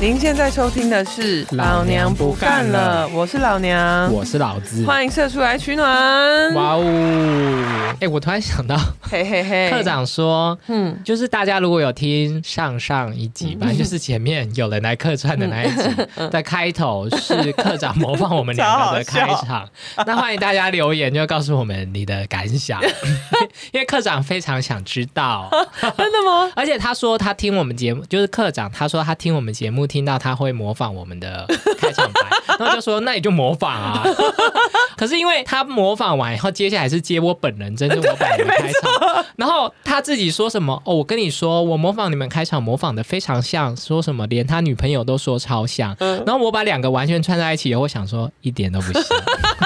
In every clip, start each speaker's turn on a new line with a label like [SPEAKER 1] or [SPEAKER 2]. [SPEAKER 1] 您现在收听的是《
[SPEAKER 2] 老娘不干了》，
[SPEAKER 1] 我是老娘，
[SPEAKER 2] 我是老子。
[SPEAKER 1] 嗯欢迎社畜来取暖。
[SPEAKER 2] 哇哦！哎、我突然 想到，
[SPEAKER 1] 嘿嘿嘿，
[SPEAKER 2] 课，长说，
[SPEAKER 1] 哎嗯，
[SPEAKER 2] 就是大家如果有听上上一集，反正就是前面有人来客串的那一 集，
[SPEAKER 1] 嗯
[SPEAKER 2] 的开头是课长模仿我们两个的开
[SPEAKER 1] 超
[SPEAKER 2] 场。那欢迎大家留言，就告诉我们你的感想， 因为课长非常想知道。
[SPEAKER 1] 真的吗？
[SPEAKER 2] 而且他说他听我们节目，就是课长，他说他听我们节目，听到他会模仿我们的开场白，然后就说那你就模仿啊。 可是因为他模仿完以后，接下来是接我本人，真正我本人的开场，然后他自己说什么哦，我跟你说，我模仿你们开场模仿的非常像，说什么连他女朋友都说超像，
[SPEAKER 1] 嗯
[SPEAKER 2] 然后我把两个完全串在一起以后，我想说一点都不像，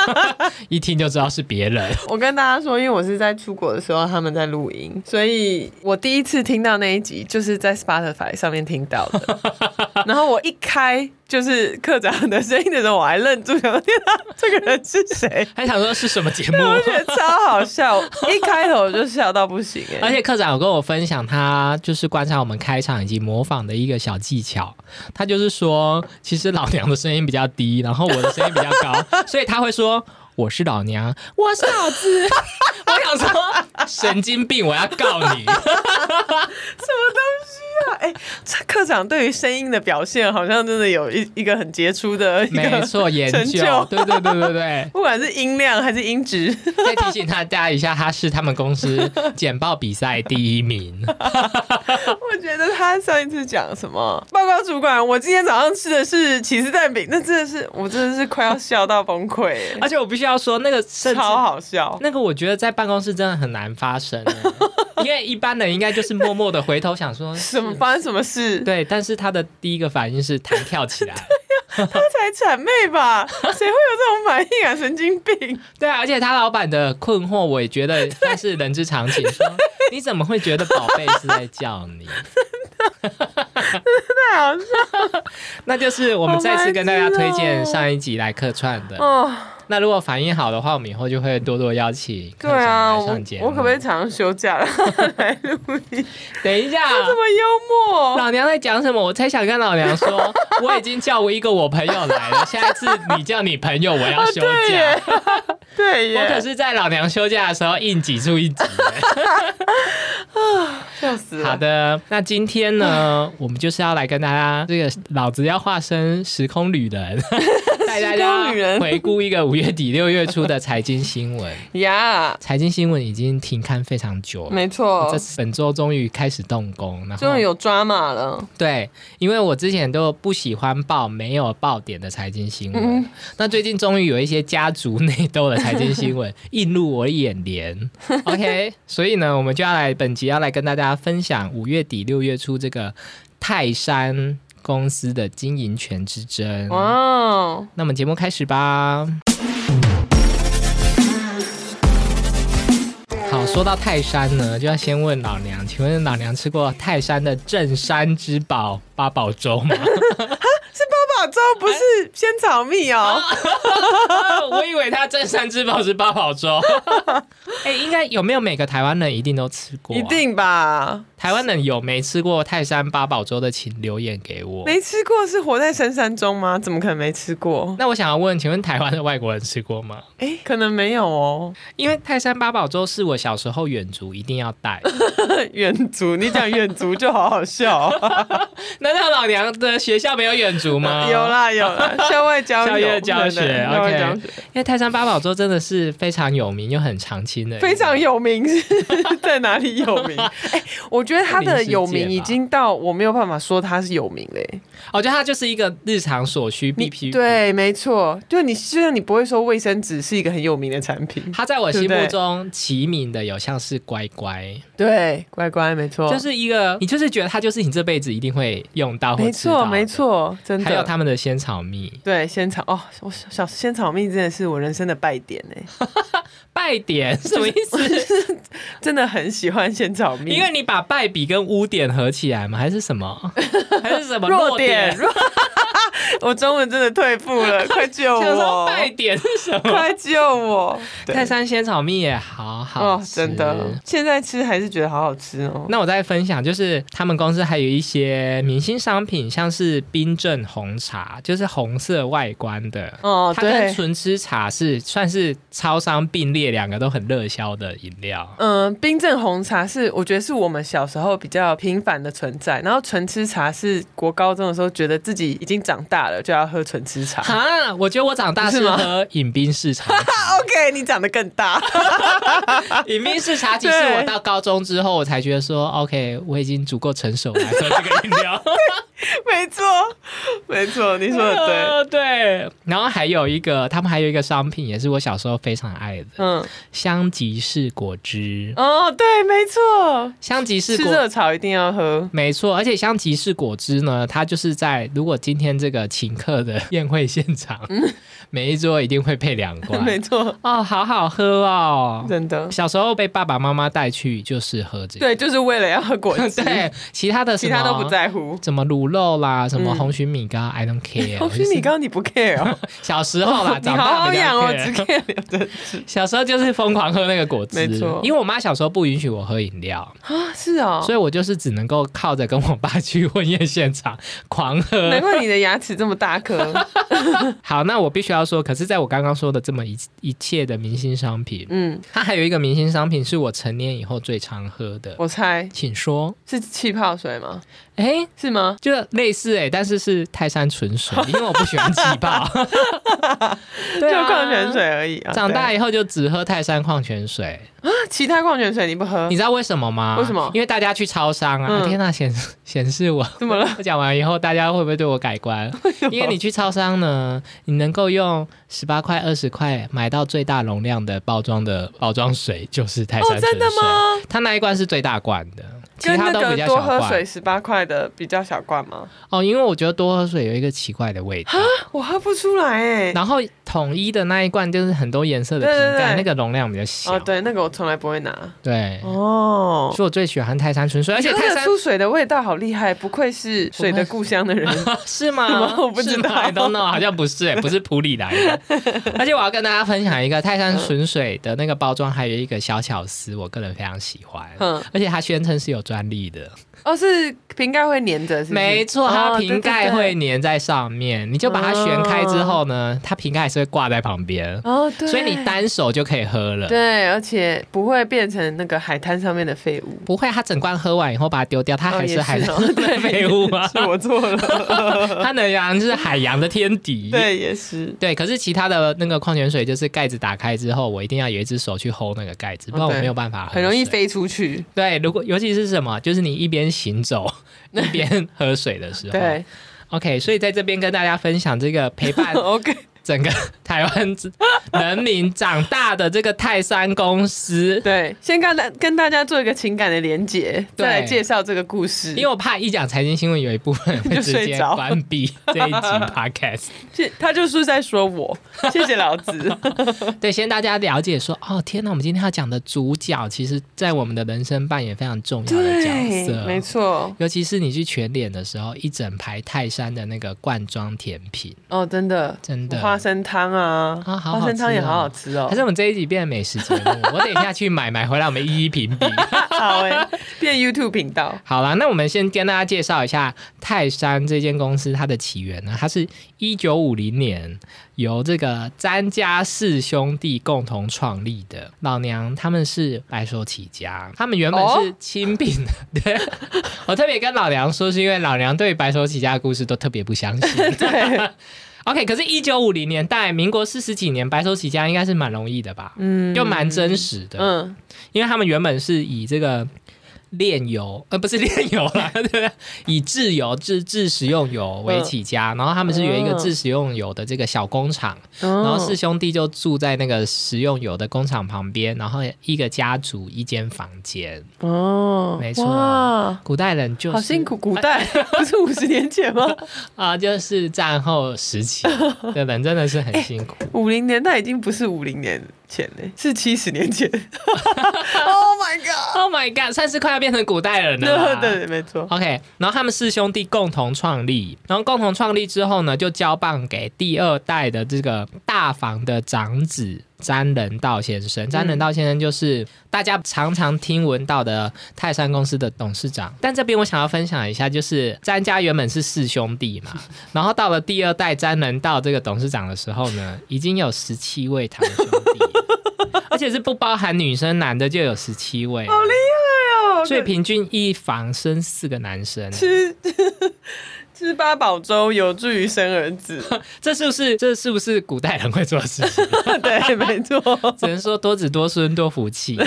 [SPEAKER 2] 一听就知道是别人。
[SPEAKER 1] 我跟大家说，因为我是在出国的时候他们在录音，所以我第一次听到那一集就是在 Spotify 上面听到 的。然后我一开就是课长的声音的时候，我还愣住，想说天啊，这个人是 谁？
[SPEAKER 2] 还想说是什么节目？
[SPEAKER 1] 我觉得超好笑，一开头我就笑到不行哎、
[SPEAKER 2] 而且课长有跟我分享，他就是观察我们开场以及模仿的一个小技巧。他就是说，其实老娘的声音比较低，然后我的声音比较高，所以他会说我是老娘，我是老子。我想说，神经病，我要告 你！
[SPEAKER 1] 哎、这科长对于声音的表现，好像真的有一一个很杰出 的一
[SPEAKER 2] 没
[SPEAKER 1] 个，
[SPEAKER 2] 错，研
[SPEAKER 1] 成就
[SPEAKER 2] 究，对对对对对。
[SPEAKER 1] 不管是音量还是音质，
[SPEAKER 2] 再提醒大家一下，他是他们公司简报比赛第一名。
[SPEAKER 1] 我觉得他上一次讲什么报告主管，我今天早上吃的是起司蛋饼，那真的是我真的是快要笑到崩 溃耶，
[SPEAKER 2] 而且我必须要说，那个甚至
[SPEAKER 1] 超好笑。
[SPEAKER 2] 那个我觉得在办公室真的很难发生欸、因为一般人应该就是默默的回头想说
[SPEAKER 1] 什么发生什么事？
[SPEAKER 2] 对，但是他的第一个反应是弹 跳起来，
[SPEAKER 1] 他才谄媚 吧？谁会有这种反应啊？神经病！
[SPEAKER 2] 对啊，而且他老板的困惑，我也觉得算是人之常情， 说你怎么会觉得宝贝是在叫你？
[SPEAKER 1] 太好笑
[SPEAKER 2] 那就是我们再次跟大家推荐
[SPEAKER 1] 好白痴哦
[SPEAKER 2] 上一集来客串的。
[SPEAKER 1] 哦！
[SPEAKER 2] 那如果反应好的话，我们以后就会多多邀请客
[SPEAKER 1] 对
[SPEAKER 2] 串
[SPEAKER 1] 啊，
[SPEAKER 2] 来
[SPEAKER 1] 我
[SPEAKER 2] 上节目。
[SPEAKER 1] 我可不可以常常休假然后来录音？
[SPEAKER 2] 等一 下？
[SPEAKER 1] 这么幽默，
[SPEAKER 2] 老娘在讲什么？我才想跟老娘 说，我已经叫我一个我朋友来了，下一次你叫你朋友，我要休
[SPEAKER 1] 啊对
[SPEAKER 2] 假。
[SPEAKER 1] 耶，对耶，
[SPEAKER 2] 我可是在老娘休假的时候硬挤出一集。
[SPEAKER 1] 笑死了。
[SPEAKER 2] 好，的，那今 天呢，我们就是要来跟大家，这个老子要化身时空 旅人，带大
[SPEAKER 1] 时
[SPEAKER 2] 家
[SPEAKER 1] 空旅人
[SPEAKER 2] 回顾一个五月底六月初的财经新闻。
[SPEAKER 1] 呀
[SPEAKER 2] 财经新闻已经停刊非常久了。
[SPEAKER 1] 没错
[SPEAKER 2] 这，本周终于开始动工，然后
[SPEAKER 1] 终于有抓马了。
[SPEAKER 2] 对，因为我之前都不喜欢报没有爆点的财经新闻，那最近终于有一些家族内斗的财经新闻映入我眼帘。OK，所以呢，我们就要来本集要来跟大家分享五月底六月初这个泰山公司的经营权之争。
[SPEAKER 1] 哇哦，
[SPEAKER 2] 那我们节目开始吧。好，说到泰山呢，就要先问老娘，请问老娘吃过泰山的镇山之宝八宝粥 吗？
[SPEAKER 1] 八宝粥不是仙草蜜哦，
[SPEAKER 2] 哎我以为它镇山之宝是八 宝粥。哎、应该有没有每个台湾人一定都吃 过、啊
[SPEAKER 1] 一，定吧？
[SPEAKER 2] 台湾人有没吃过泰山八宝粥的，请留言给我。
[SPEAKER 1] 没吃过是活在深山中吗？怎么可能没吃过？
[SPEAKER 2] 那我想要问，请问台湾的外国人吃过吗？
[SPEAKER 1] 哎，可能没有哦。
[SPEAKER 2] 因为泰山八宝粥是我小时候远足一定要带。
[SPEAKER 1] 远足，你讲远足就好好笑 哦。
[SPEAKER 2] 难道老娘的学校没有远足 吗？
[SPEAKER 1] 有。啦有 啦，校外交
[SPEAKER 2] 校
[SPEAKER 1] 友
[SPEAKER 2] 外教学
[SPEAKER 1] 对对校外
[SPEAKER 2] OK
[SPEAKER 1] 教学
[SPEAKER 2] 因为泰山八宝粥真的是非常有名又很常青的，
[SPEAKER 1] 非常有名， 是在哪里有 名？哎，我觉得他的有名已经到我没有办法说他是有名嘞。
[SPEAKER 2] 我觉得它哦就是一个日常所需必
[SPEAKER 1] 你
[SPEAKER 2] 须。，
[SPEAKER 1] 对，没错，就你虽然你不会说卫生纸是一个很有名的产品，
[SPEAKER 2] 它在我
[SPEAKER 1] 对
[SPEAKER 2] 心
[SPEAKER 1] 不
[SPEAKER 2] 目
[SPEAKER 1] 对
[SPEAKER 2] 中齐名的有像是乖乖，
[SPEAKER 1] 对，乖乖，没错，
[SPEAKER 2] 就是一个你就是觉得它就是你这辈子一定会用到或
[SPEAKER 1] 没
[SPEAKER 2] 吃到
[SPEAKER 1] 错，
[SPEAKER 2] 的
[SPEAKER 1] 没。错，真的。
[SPEAKER 2] 还有他们的仙草蜜
[SPEAKER 1] 对仙草哦，我小仙草蜜真的是我人生的败点 哎，
[SPEAKER 2] 拜 点什么意思？
[SPEAKER 1] 真的很喜欢仙草蜜，
[SPEAKER 2] 因为你把 败笔跟污点合起来吗？还是什么？还是什么
[SPEAKER 1] 弱点弱我中文真的退步 了，快救
[SPEAKER 2] 想
[SPEAKER 1] 我
[SPEAKER 2] 说！卖点是什么？
[SPEAKER 1] 快救我！
[SPEAKER 2] 泰山鲜炒蜜也好好
[SPEAKER 1] 哦，
[SPEAKER 2] 吃
[SPEAKER 1] 真的，现在吃还是觉得好好吃哦。
[SPEAKER 2] 那我再分享，就是他们公司还有一些明星商品，像是冰镇红茶，就是红色外观的。
[SPEAKER 1] 哦，
[SPEAKER 2] 它跟
[SPEAKER 1] 对，
[SPEAKER 2] 纯吃茶是算是超商并列，两个都很热销的饮料。
[SPEAKER 1] 嗯，冰镇红茶是我觉得是我们小时候比较频繁的存在，然后纯吃茶是国高中的时候觉得自己已经长大了就要喝纯吃茶。
[SPEAKER 2] 哈，我觉得我长大
[SPEAKER 1] 是
[SPEAKER 2] 是
[SPEAKER 1] 吗
[SPEAKER 2] 喝饮冰式茶
[SPEAKER 1] OK，你长得更大，
[SPEAKER 2] 饮冰式茶几是
[SPEAKER 1] 对
[SPEAKER 2] 我到高中之后，我才觉得说，OK，我已经足够成熟来喝这个饮 料。
[SPEAKER 1] 没错，没错，你说 的对。
[SPEAKER 2] 呃对。然后还有一个，他们还有一个商品，也是我小时候非常爱的
[SPEAKER 1] 嗯，
[SPEAKER 2] 香吉士果汁。
[SPEAKER 1] 哦，对，没错，
[SPEAKER 2] 香吉士
[SPEAKER 1] 吃
[SPEAKER 2] 果
[SPEAKER 1] 热炒一定要喝。
[SPEAKER 2] 没错，而且香吉士果汁呢，它就是在如果今天这个请客的宴会现场， 每一桌一定会配两
[SPEAKER 1] 嗯 没
[SPEAKER 2] 罐。
[SPEAKER 1] 错，
[SPEAKER 2] 哦，好好喝哦！
[SPEAKER 1] 真的，
[SPEAKER 2] 小时候被爸爸妈妈带去就是喝这个，
[SPEAKER 1] 对，就是为了要喝果汁，
[SPEAKER 2] 对，其他的什
[SPEAKER 1] 其
[SPEAKER 2] 么
[SPEAKER 1] 他都不，在乎。
[SPEAKER 2] 什么卤肉啦，什么
[SPEAKER 1] 嗯
[SPEAKER 2] 红曲米糕、i don't care。
[SPEAKER 1] 红曲米糕你不 care 哦，
[SPEAKER 2] 就是小时 候啦，
[SPEAKER 1] 你
[SPEAKER 2] 长
[SPEAKER 1] 好
[SPEAKER 2] 大
[SPEAKER 1] 好
[SPEAKER 2] 比较
[SPEAKER 1] 养哦，只
[SPEAKER 2] care
[SPEAKER 1] care 刘 真汁
[SPEAKER 2] 小时候就是疯狂喝那个果汁，
[SPEAKER 1] 没错
[SPEAKER 2] 因为我妈小时候不允许我喝饮料，
[SPEAKER 1] 啊，是哦，
[SPEAKER 2] 所以我就是只能够靠着跟我爸去 婚宴现场狂喝
[SPEAKER 1] 难怪你的牙齿这么大颗。
[SPEAKER 2] 好，那我必须要说，可是在我刚刚说的这么一一切的明星商 品，
[SPEAKER 1] 嗯，
[SPEAKER 2] 它还有一个明星商品是我成年以后最常喝的，
[SPEAKER 1] 我猜
[SPEAKER 2] 请说。
[SPEAKER 1] 是气泡水吗？
[SPEAKER 2] 哎、
[SPEAKER 1] 是吗？
[SPEAKER 2] 就类似哎、但是是泰山纯水，因为我不喜欢气 泡，对啊
[SPEAKER 1] 就矿泉。水而已啊。
[SPEAKER 2] 长大
[SPEAKER 1] 对
[SPEAKER 2] 以后就只喝泰山矿泉水，
[SPEAKER 1] 啊其他矿泉水你不喝
[SPEAKER 2] 你，知道为什么吗？
[SPEAKER 1] 为什么
[SPEAKER 2] 因为大家去超商啊，
[SPEAKER 1] 嗯
[SPEAKER 2] 天呐、显显示我
[SPEAKER 1] 怎 么了？
[SPEAKER 2] 我讲完以后，大家会不会对我改 观？因为你去超商呢，你能够用十八块、二十块买到最大容量的包装的包装水，就是泰山
[SPEAKER 1] 哦，
[SPEAKER 2] 纯水。
[SPEAKER 1] 真的？吗？
[SPEAKER 2] 它那一罐是最大罐的，其
[SPEAKER 1] 跟
[SPEAKER 2] 他
[SPEAKER 1] 那
[SPEAKER 2] 都比
[SPEAKER 1] 个
[SPEAKER 2] 较
[SPEAKER 1] 多
[SPEAKER 2] 小
[SPEAKER 1] 喝水
[SPEAKER 2] 罐。
[SPEAKER 1] 十八块的比较小罐吗？
[SPEAKER 2] 哦，因为我觉得多喝水有一个奇怪的味道。
[SPEAKER 1] 我喝不出来哎。
[SPEAKER 2] 然后统一的那一罐就是很多颜色的瓶
[SPEAKER 1] 对对
[SPEAKER 2] 盖，
[SPEAKER 1] 对
[SPEAKER 2] 那个容量比较小。
[SPEAKER 1] 哦，对，那个我从来不会拿。
[SPEAKER 2] 对
[SPEAKER 1] 哦，
[SPEAKER 2] 所以我最喜欢泰山纯水，而且
[SPEAKER 1] 你喝
[SPEAKER 2] 泰
[SPEAKER 1] 得
[SPEAKER 2] 山
[SPEAKER 1] 出水的味道，好厉害！不愧是水的故乡的人。
[SPEAKER 2] 是吗
[SPEAKER 1] 吗？我不知
[SPEAKER 2] 是吗
[SPEAKER 1] 道
[SPEAKER 2] I don't know，好像不 是、欸，不是普里来的。而且我要跟大家分享一个泰山纯水的那个包装，还有一个小巧思，我个人非常喜欢。
[SPEAKER 1] 嗯，
[SPEAKER 2] 而且它宣称是有专利的，
[SPEAKER 1] 哦，是瓶盖会粘着，是不是
[SPEAKER 2] 没错，它
[SPEAKER 1] 哦
[SPEAKER 2] 瓶盖
[SPEAKER 1] 对对
[SPEAKER 2] 会
[SPEAKER 1] 对
[SPEAKER 2] 粘在上面，你就把它旋开之后呢，它瓶盖还是会挂在旁边，
[SPEAKER 1] 哦，对，
[SPEAKER 2] 所以你单手就可以喝了。
[SPEAKER 1] 对，而且不会变成那个海滩上面的废物。
[SPEAKER 2] 不会，它整罐喝完以后把它丢掉，它
[SPEAKER 1] 哦
[SPEAKER 2] 还
[SPEAKER 1] 也
[SPEAKER 2] 哎是海
[SPEAKER 1] 是
[SPEAKER 2] 洋
[SPEAKER 1] 哦
[SPEAKER 2] 的废物啊！
[SPEAKER 1] 是我错了，
[SPEAKER 2] 它能量是海洋的天敌。
[SPEAKER 1] 对，也是。
[SPEAKER 2] 对，可是其他的那个矿泉水，就是盖子打开之后，我一定要有一只手去 hold 那个盖子，不然我
[SPEAKER 1] 哦对
[SPEAKER 2] 没有办法、
[SPEAKER 1] 很容易。飞出去，
[SPEAKER 2] 对，如果尤其是什么，就是你一边行走一边喝水的时候。
[SPEAKER 1] 对
[SPEAKER 2] OK，所以在这边跟大家分享这个陪 伴
[SPEAKER 1] ，OK，
[SPEAKER 2] 整个台湾之人民长大的这个泰山 公司，
[SPEAKER 1] 对，先跟大跟大家做一个情感的连结，
[SPEAKER 2] 对
[SPEAKER 1] 再来介绍这个故事。
[SPEAKER 2] 因为我怕一讲财经新闻，有一部分会
[SPEAKER 1] 就
[SPEAKER 2] 直
[SPEAKER 1] 睡
[SPEAKER 2] 接
[SPEAKER 1] 着
[SPEAKER 2] 关闭这 一集 Podcast。
[SPEAKER 1] 这他就是在说 我，谢谢老子。
[SPEAKER 2] 对，先大家了解说，哦，天哪，我们今天要讲的主角，其实在我们的人生扮演非常重要的角色，
[SPEAKER 1] 没。错，
[SPEAKER 2] 尤其是你去全脸的时候，一整排泰山的那个罐装甜品，
[SPEAKER 1] 哦，真的，
[SPEAKER 2] 真的。
[SPEAKER 1] 花生汤啊，
[SPEAKER 2] 啊好好吃哦
[SPEAKER 1] 花生汤也好好吃哦
[SPEAKER 2] 还。是我们这一集变美食节目，我等一下去买，买回来我们一一评比。
[SPEAKER 1] 好 哎，变 YouTube 频道，
[SPEAKER 2] 好啦，那我们先跟大家介绍一下泰山这间公司它的起源呢，它是一九五零年由这个詹家四兄弟共同创立的。老娘他们是白手起家，他们原本是亲病的。 对，我特别跟老娘说，是因为老娘对白手起家的故事都特别不相信。
[SPEAKER 1] 对，
[SPEAKER 2] OK，可是，一九五零年代，民国四十几年，白手起家应该是蛮容易的吧？嗯，就蛮真实的。
[SPEAKER 1] 嗯，
[SPEAKER 2] 因为他们原本是以这个炼油，呃， 不是炼油啦，对，以制油、制制食用油为起家，
[SPEAKER 1] 嗯
[SPEAKER 2] 然后他们是有一个制食用油的这个小工厂，
[SPEAKER 1] 然
[SPEAKER 2] 然后四兄弟就住在那个食用油的工厂旁边，然后一个家族一间房间。
[SPEAKER 1] 哦，
[SPEAKER 2] 没错
[SPEAKER 1] 哇
[SPEAKER 2] 古代人就是
[SPEAKER 1] 好辛苦，古代不是五十年前吗？
[SPEAKER 2] 啊、就是战后时期的人真的是很辛苦。
[SPEAKER 1] 哎五零年代已经不是五零年前呢、是七十年前。oh my god！
[SPEAKER 2] Oh my god，三十快要变成古代人了
[SPEAKER 1] 对
[SPEAKER 2] 啦。
[SPEAKER 1] 对对，没错。
[SPEAKER 2] OK，然后他们四兄弟共同创立，然后共同创立之后呢，就交棒给第二代的这个大房的长子詹仁道先生。詹
[SPEAKER 1] 嗯
[SPEAKER 2] 仁道先生就是大家常常听闻到的泰山公司的董事长。但这边我想要分享一下，就是詹家原本是四兄弟 嘛，然后到了第二代詹仁道这个董事长的时候呢，已经有十七位堂兄 弟，而且是不包含女生，男的就有十七位。
[SPEAKER 1] 好厉害哦！
[SPEAKER 2] 所以平均一房生四个男生，
[SPEAKER 1] 吃 吃八宝粥有助于生儿子。
[SPEAKER 2] 这是不是这是不是古代人会做的事情？
[SPEAKER 1] 对，没 错。
[SPEAKER 2] 只能说多子多孙多福 气。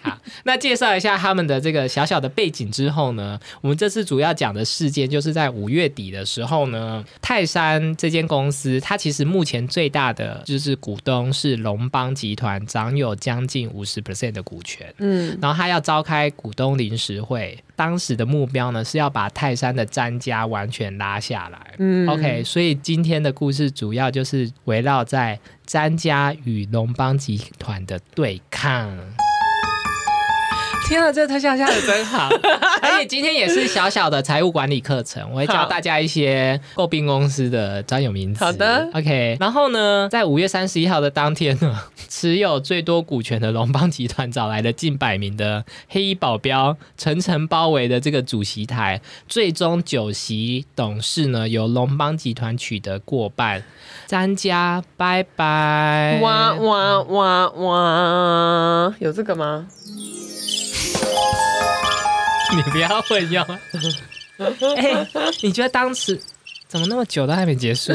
[SPEAKER 2] 好，那介绍一下他们的这个小小的背景之后呢，我们这次主要讲的事件就是在五月底的时候呢，泰山这间公司，它其实目前最大的就是股东是龙邦集团，掌有将近五十 percent 的股权。
[SPEAKER 1] 嗯，
[SPEAKER 2] 然后他要召开股东临时会，当时的目标呢是要把泰山的詹家完全拉下来。
[SPEAKER 1] 嗯
[SPEAKER 2] OK，所以今天的故事主要就是围绕在詹家与龙邦集团的对 抗。天啊，这特效下的 真好！而哎且今天也是小小的财务管理课程，我会教
[SPEAKER 1] 好
[SPEAKER 2] 大家一些诟病公司的专有名词。
[SPEAKER 1] 好的
[SPEAKER 2] ，OK。然后呢，在五月三十一号的当天呢， 持有最多股权的龙邦集团找来了近百名的黑衣保镖，层层包围的这个主席台，最终九席董事呢由龙邦集团取得过半，詹家拜拜。
[SPEAKER 1] 哇哇哇哇！有这个 吗？
[SPEAKER 2] 你不要混淆。哎、你觉得当时怎么那么久都还没结 束？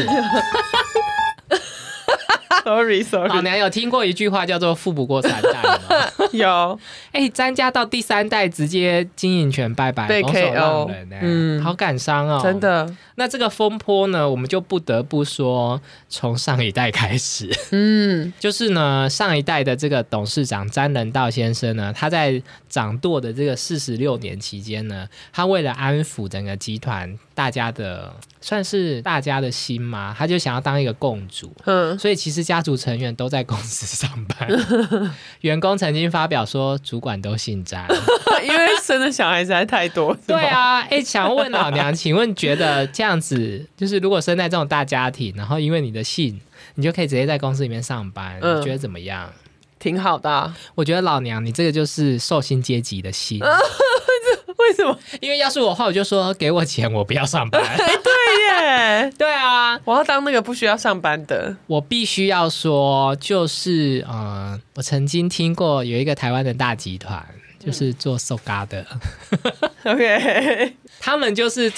[SPEAKER 1] Sorry
[SPEAKER 2] 老
[SPEAKER 1] Sorry，
[SPEAKER 2] 娘有听过一句话叫做“富不过三代” 吗？
[SPEAKER 1] 有
[SPEAKER 2] 哎、詹家到第三代直接经营权拜拜，
[SPEAKER 1] 被
[SPEAKER 2] 拱手
[SPEAKER 1] KO
[SPEAKER 2] 让人呢、哎
[SPEAKER 1] 嗯
[SPEAKER 2] 好感伤哦，
[SPEAKER 1] 真。的，
[SPEAKER 2] 那这个风波呢，我们就不得不说，从上一代开始，
[SPEAKER 1] 嗯
[SPEAKER 2] 就是呢，上一代的这个董事长詹仁道先生呢，他在掌舵的这个四十六年期间呢，他为了安抚整个集团大家的算是大家的心嘛，他就想要当一个共主，
[SPEAKER 1] 嗯，
[SPEAKER 2] 所以其实家族成员都在公司上班。员工曾经发表说，主管都姓詹。
[SPEAKER 1] 因为生的小孩实在太多，是
[SPEAKER 2] 对
[SPEAKER 1] 吗，
[SPEAKER 2] 啊，哎、想要问老娘，请问觉得这样子，就是如果生在这种大家庭，然后因为你的姓，你就可以直接在公司里面上班，
[SPEAKER 1] 嗯
[SPEAKER 2] 你觉得怎么样？
[SPEAKER 1] 挺好的啊。
[SPEAKER 2] 我觉得老娘你这个就是受薪阶级的心，
[SPEAKER 1] 为什么？
[SPEAKER 2] 因为要是我的话，我就说给我钱，我不要上班。
[SPEAKER 1] 对耶，
[SPEAKER 2] 对啊，
[SPEAKER 1] 我要当那个不需要上班的。
[SPEAKER 2] 我必须要说，就是嗯、呃我曾经听过有一个台湾的大集团，就是做 so ga 的，
[SPEAKER 1] OK，
[SPEAKER 2] 他们就是。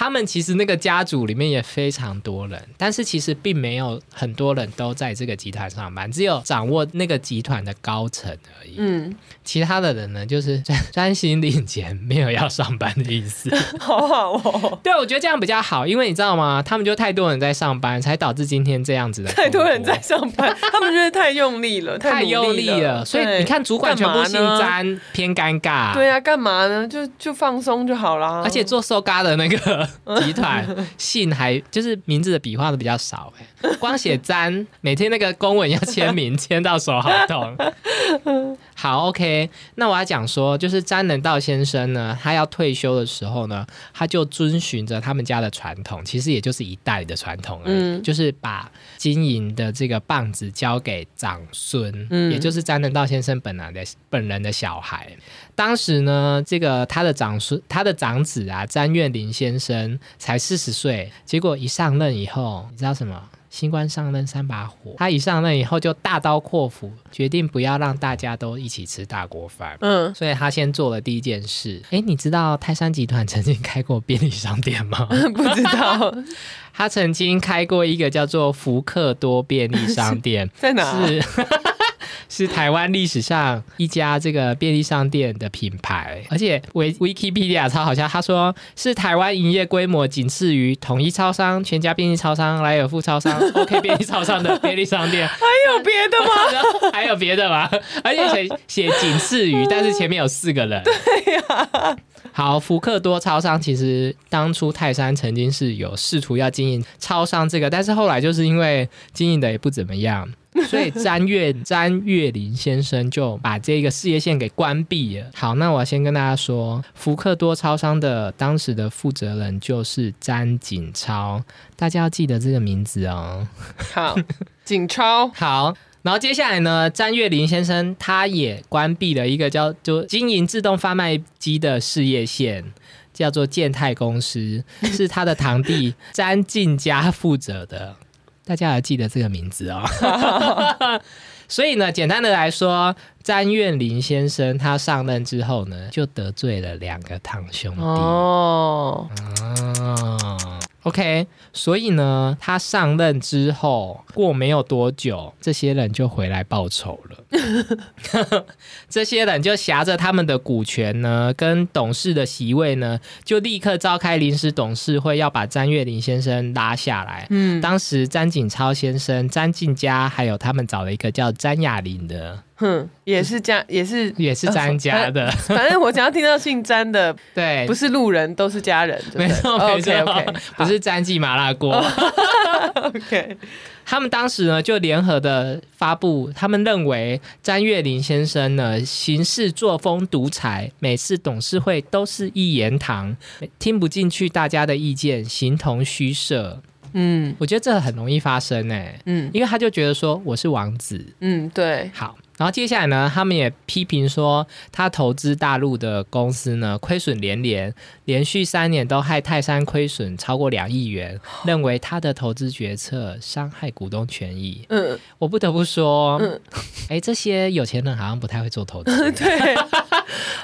[SPEAKER 2] 他们其实那个家族里面也非常多人，但是其实并没有很多人都在这个集团上班，只有掌握那个集团的高层而已。
[SPEAKER 1] 嗯，
[SPEAKER 2] 其他的人呢，就是专专心领钱，没有要上班的意思。
[SPEAKER 1] 好好哦，
[SPEAKER 2] 对，我觉得这样比较好，因为你知道吗？他们就太多人在上班，才导致今天这样子的。
[SPEAKER 1] 太多人在。上 班，他们觉得太用力了，
[SPEAKER 2] 太
[SPEAKER 1] 努
[SPEAKER 2] 用
[SPEAKER 1] 力
[SPEAKER 2] 力了，所以
[SPEAKER 1] 对
[SPEAKER 2] 你看主管全部姓
[SPEAKER 1] 干嘛呢
[SPEAKER 2] 詹，偏尴尬。
[SPEAKER 1] 对啊，干嘛呢？就就放松就好啦。
[SPEAKER 2] 而且做收嘎的那 个集团姓还就是名字的笔画都比较少 哎，光写詹，每天那个公文要签名，签到手好痛。好，OK，那我要讲说，就是詹仁道先生呢，他要退休的时候呢，他就遵循着他们家的传统，其实也就是一代的传统而已，
[SPEAKER 1] 嗯
[SPEAKER 2] 就是把经营的这个棒子交给长孙，
[SPEAKER 1] 嗯
[SPEAKER 2] 也就是詹仁道先生本来的本人的小孩。当时呢，这个他的长孙，他的长子啊，詹月林先生才四十岁，结果一上任以后，你知道什么？新官上任三把火，他一上任以后就大刀阔斧，决定不要让大家都一起吃大锅饭。
[SPEAKER 1] 嗯，
[SPEAKER 2] 所以他先做了第一件事。诶，你知道泰山集团曾经开过便利商店吗？
[SPEAKER 1] 不知道
[SPEAKER 2] 他曾经开过一个叫做福克多便利商店，
[SPEAKER 1] 在哪、
[SPEAKER 2] 是是台湾历史上一家这个便利商店的品牌，而且维 Wikipedia 超好笑，他说是台湾营业规模仅次于统一超商、全家便利超商、莱尔富超商、OK 便利超商的便利商店，
[SPEAKER 1] 还有别 的吗？
[SPEAKER 2] 然后还有别的吗？而且写写仅次于，但是前面有四个人。对呀、好，福克多超商其实当初泰山曾经是有试图要经营超商这个，但是后来就是因为经营的也不怎么样，所以詹月詹月林先生就把这个事业线给关闭了。好，那我要先跟大家说，福克多超商的当时的负责人就是詹景超，大家要记得这个名字哦。
[SPEAKER 1] 好，景超，
[SPEAKER 2] 好。然后接下来呢，詹月林先生他也关闭了一个叫就经营自动贩卖机的事业线，叫做建泰公司，是他的堂弟詹进家负责的。大家要记得这个名字哦。 所以呢，简单的来说，詹月林先生他上任之后呢，就得罪了两个堂兄弟。
[SPEAKER 1] 哦，
[SPEAKER 2] 啊，OK，所以呢，他上任之后过没有多久，这些人就回来报仇了。 这些人就挟着他们的股权呢，跟董事的席位呢，就立刻召开临时董事会，要把詹月林先生拉下来。
[SPEAKER 1] 嗯，
[SPEAKER 2] 当时詹景超先生、詹进家，还有他们找了一个叫詹雅玲的，
[SPEAKER 1] 哼，也是家，也是，
[SPEAKER 2] 也是詹家 的，
[SPEAKER 1] 反正我只要听到姓詹 的，
[SPEAKER 2] 对，
[SPEAKER 1] 不是路人都是家人，对不对
[SPEAKER 2] 没错没错
[SPEAKER 1] OK OK，
[SPEAKER 2] 不是詹记麻辣锅。
[SPEAKER 1] OK，
[SPEAKER 2] 他们当时呢就联合的发布，他们认为詹月林先生呢行事作风独裁，每次董事会都是一言堂，听不进去大家的意见，形同虚设。
[SPEAKER 1] 嗯
[SPEAKER 2] 我觉得这很容易发生哎、
[SPEAKER 1] 嗯
[SPEAKER 2] 因为他就觉得说我是王子。
[SPEAKER 1] 嗯，对，
[SPEAKER 2] 好，然后接下来呢，他们也批评说他投资大陆的公司呢亏损连连，连续三年都害泰山亏损超过两亿元，认为他的投资决策伤害股东权益。
[SPEAKER 1] 嗯，
[SPEAKER 2] 我不得不说，
[SPEAKER 1] 嗯
[SPEAKER 2] 哎、这些有钱人好像不太会做投 资。
[SPEAKER 1] 对，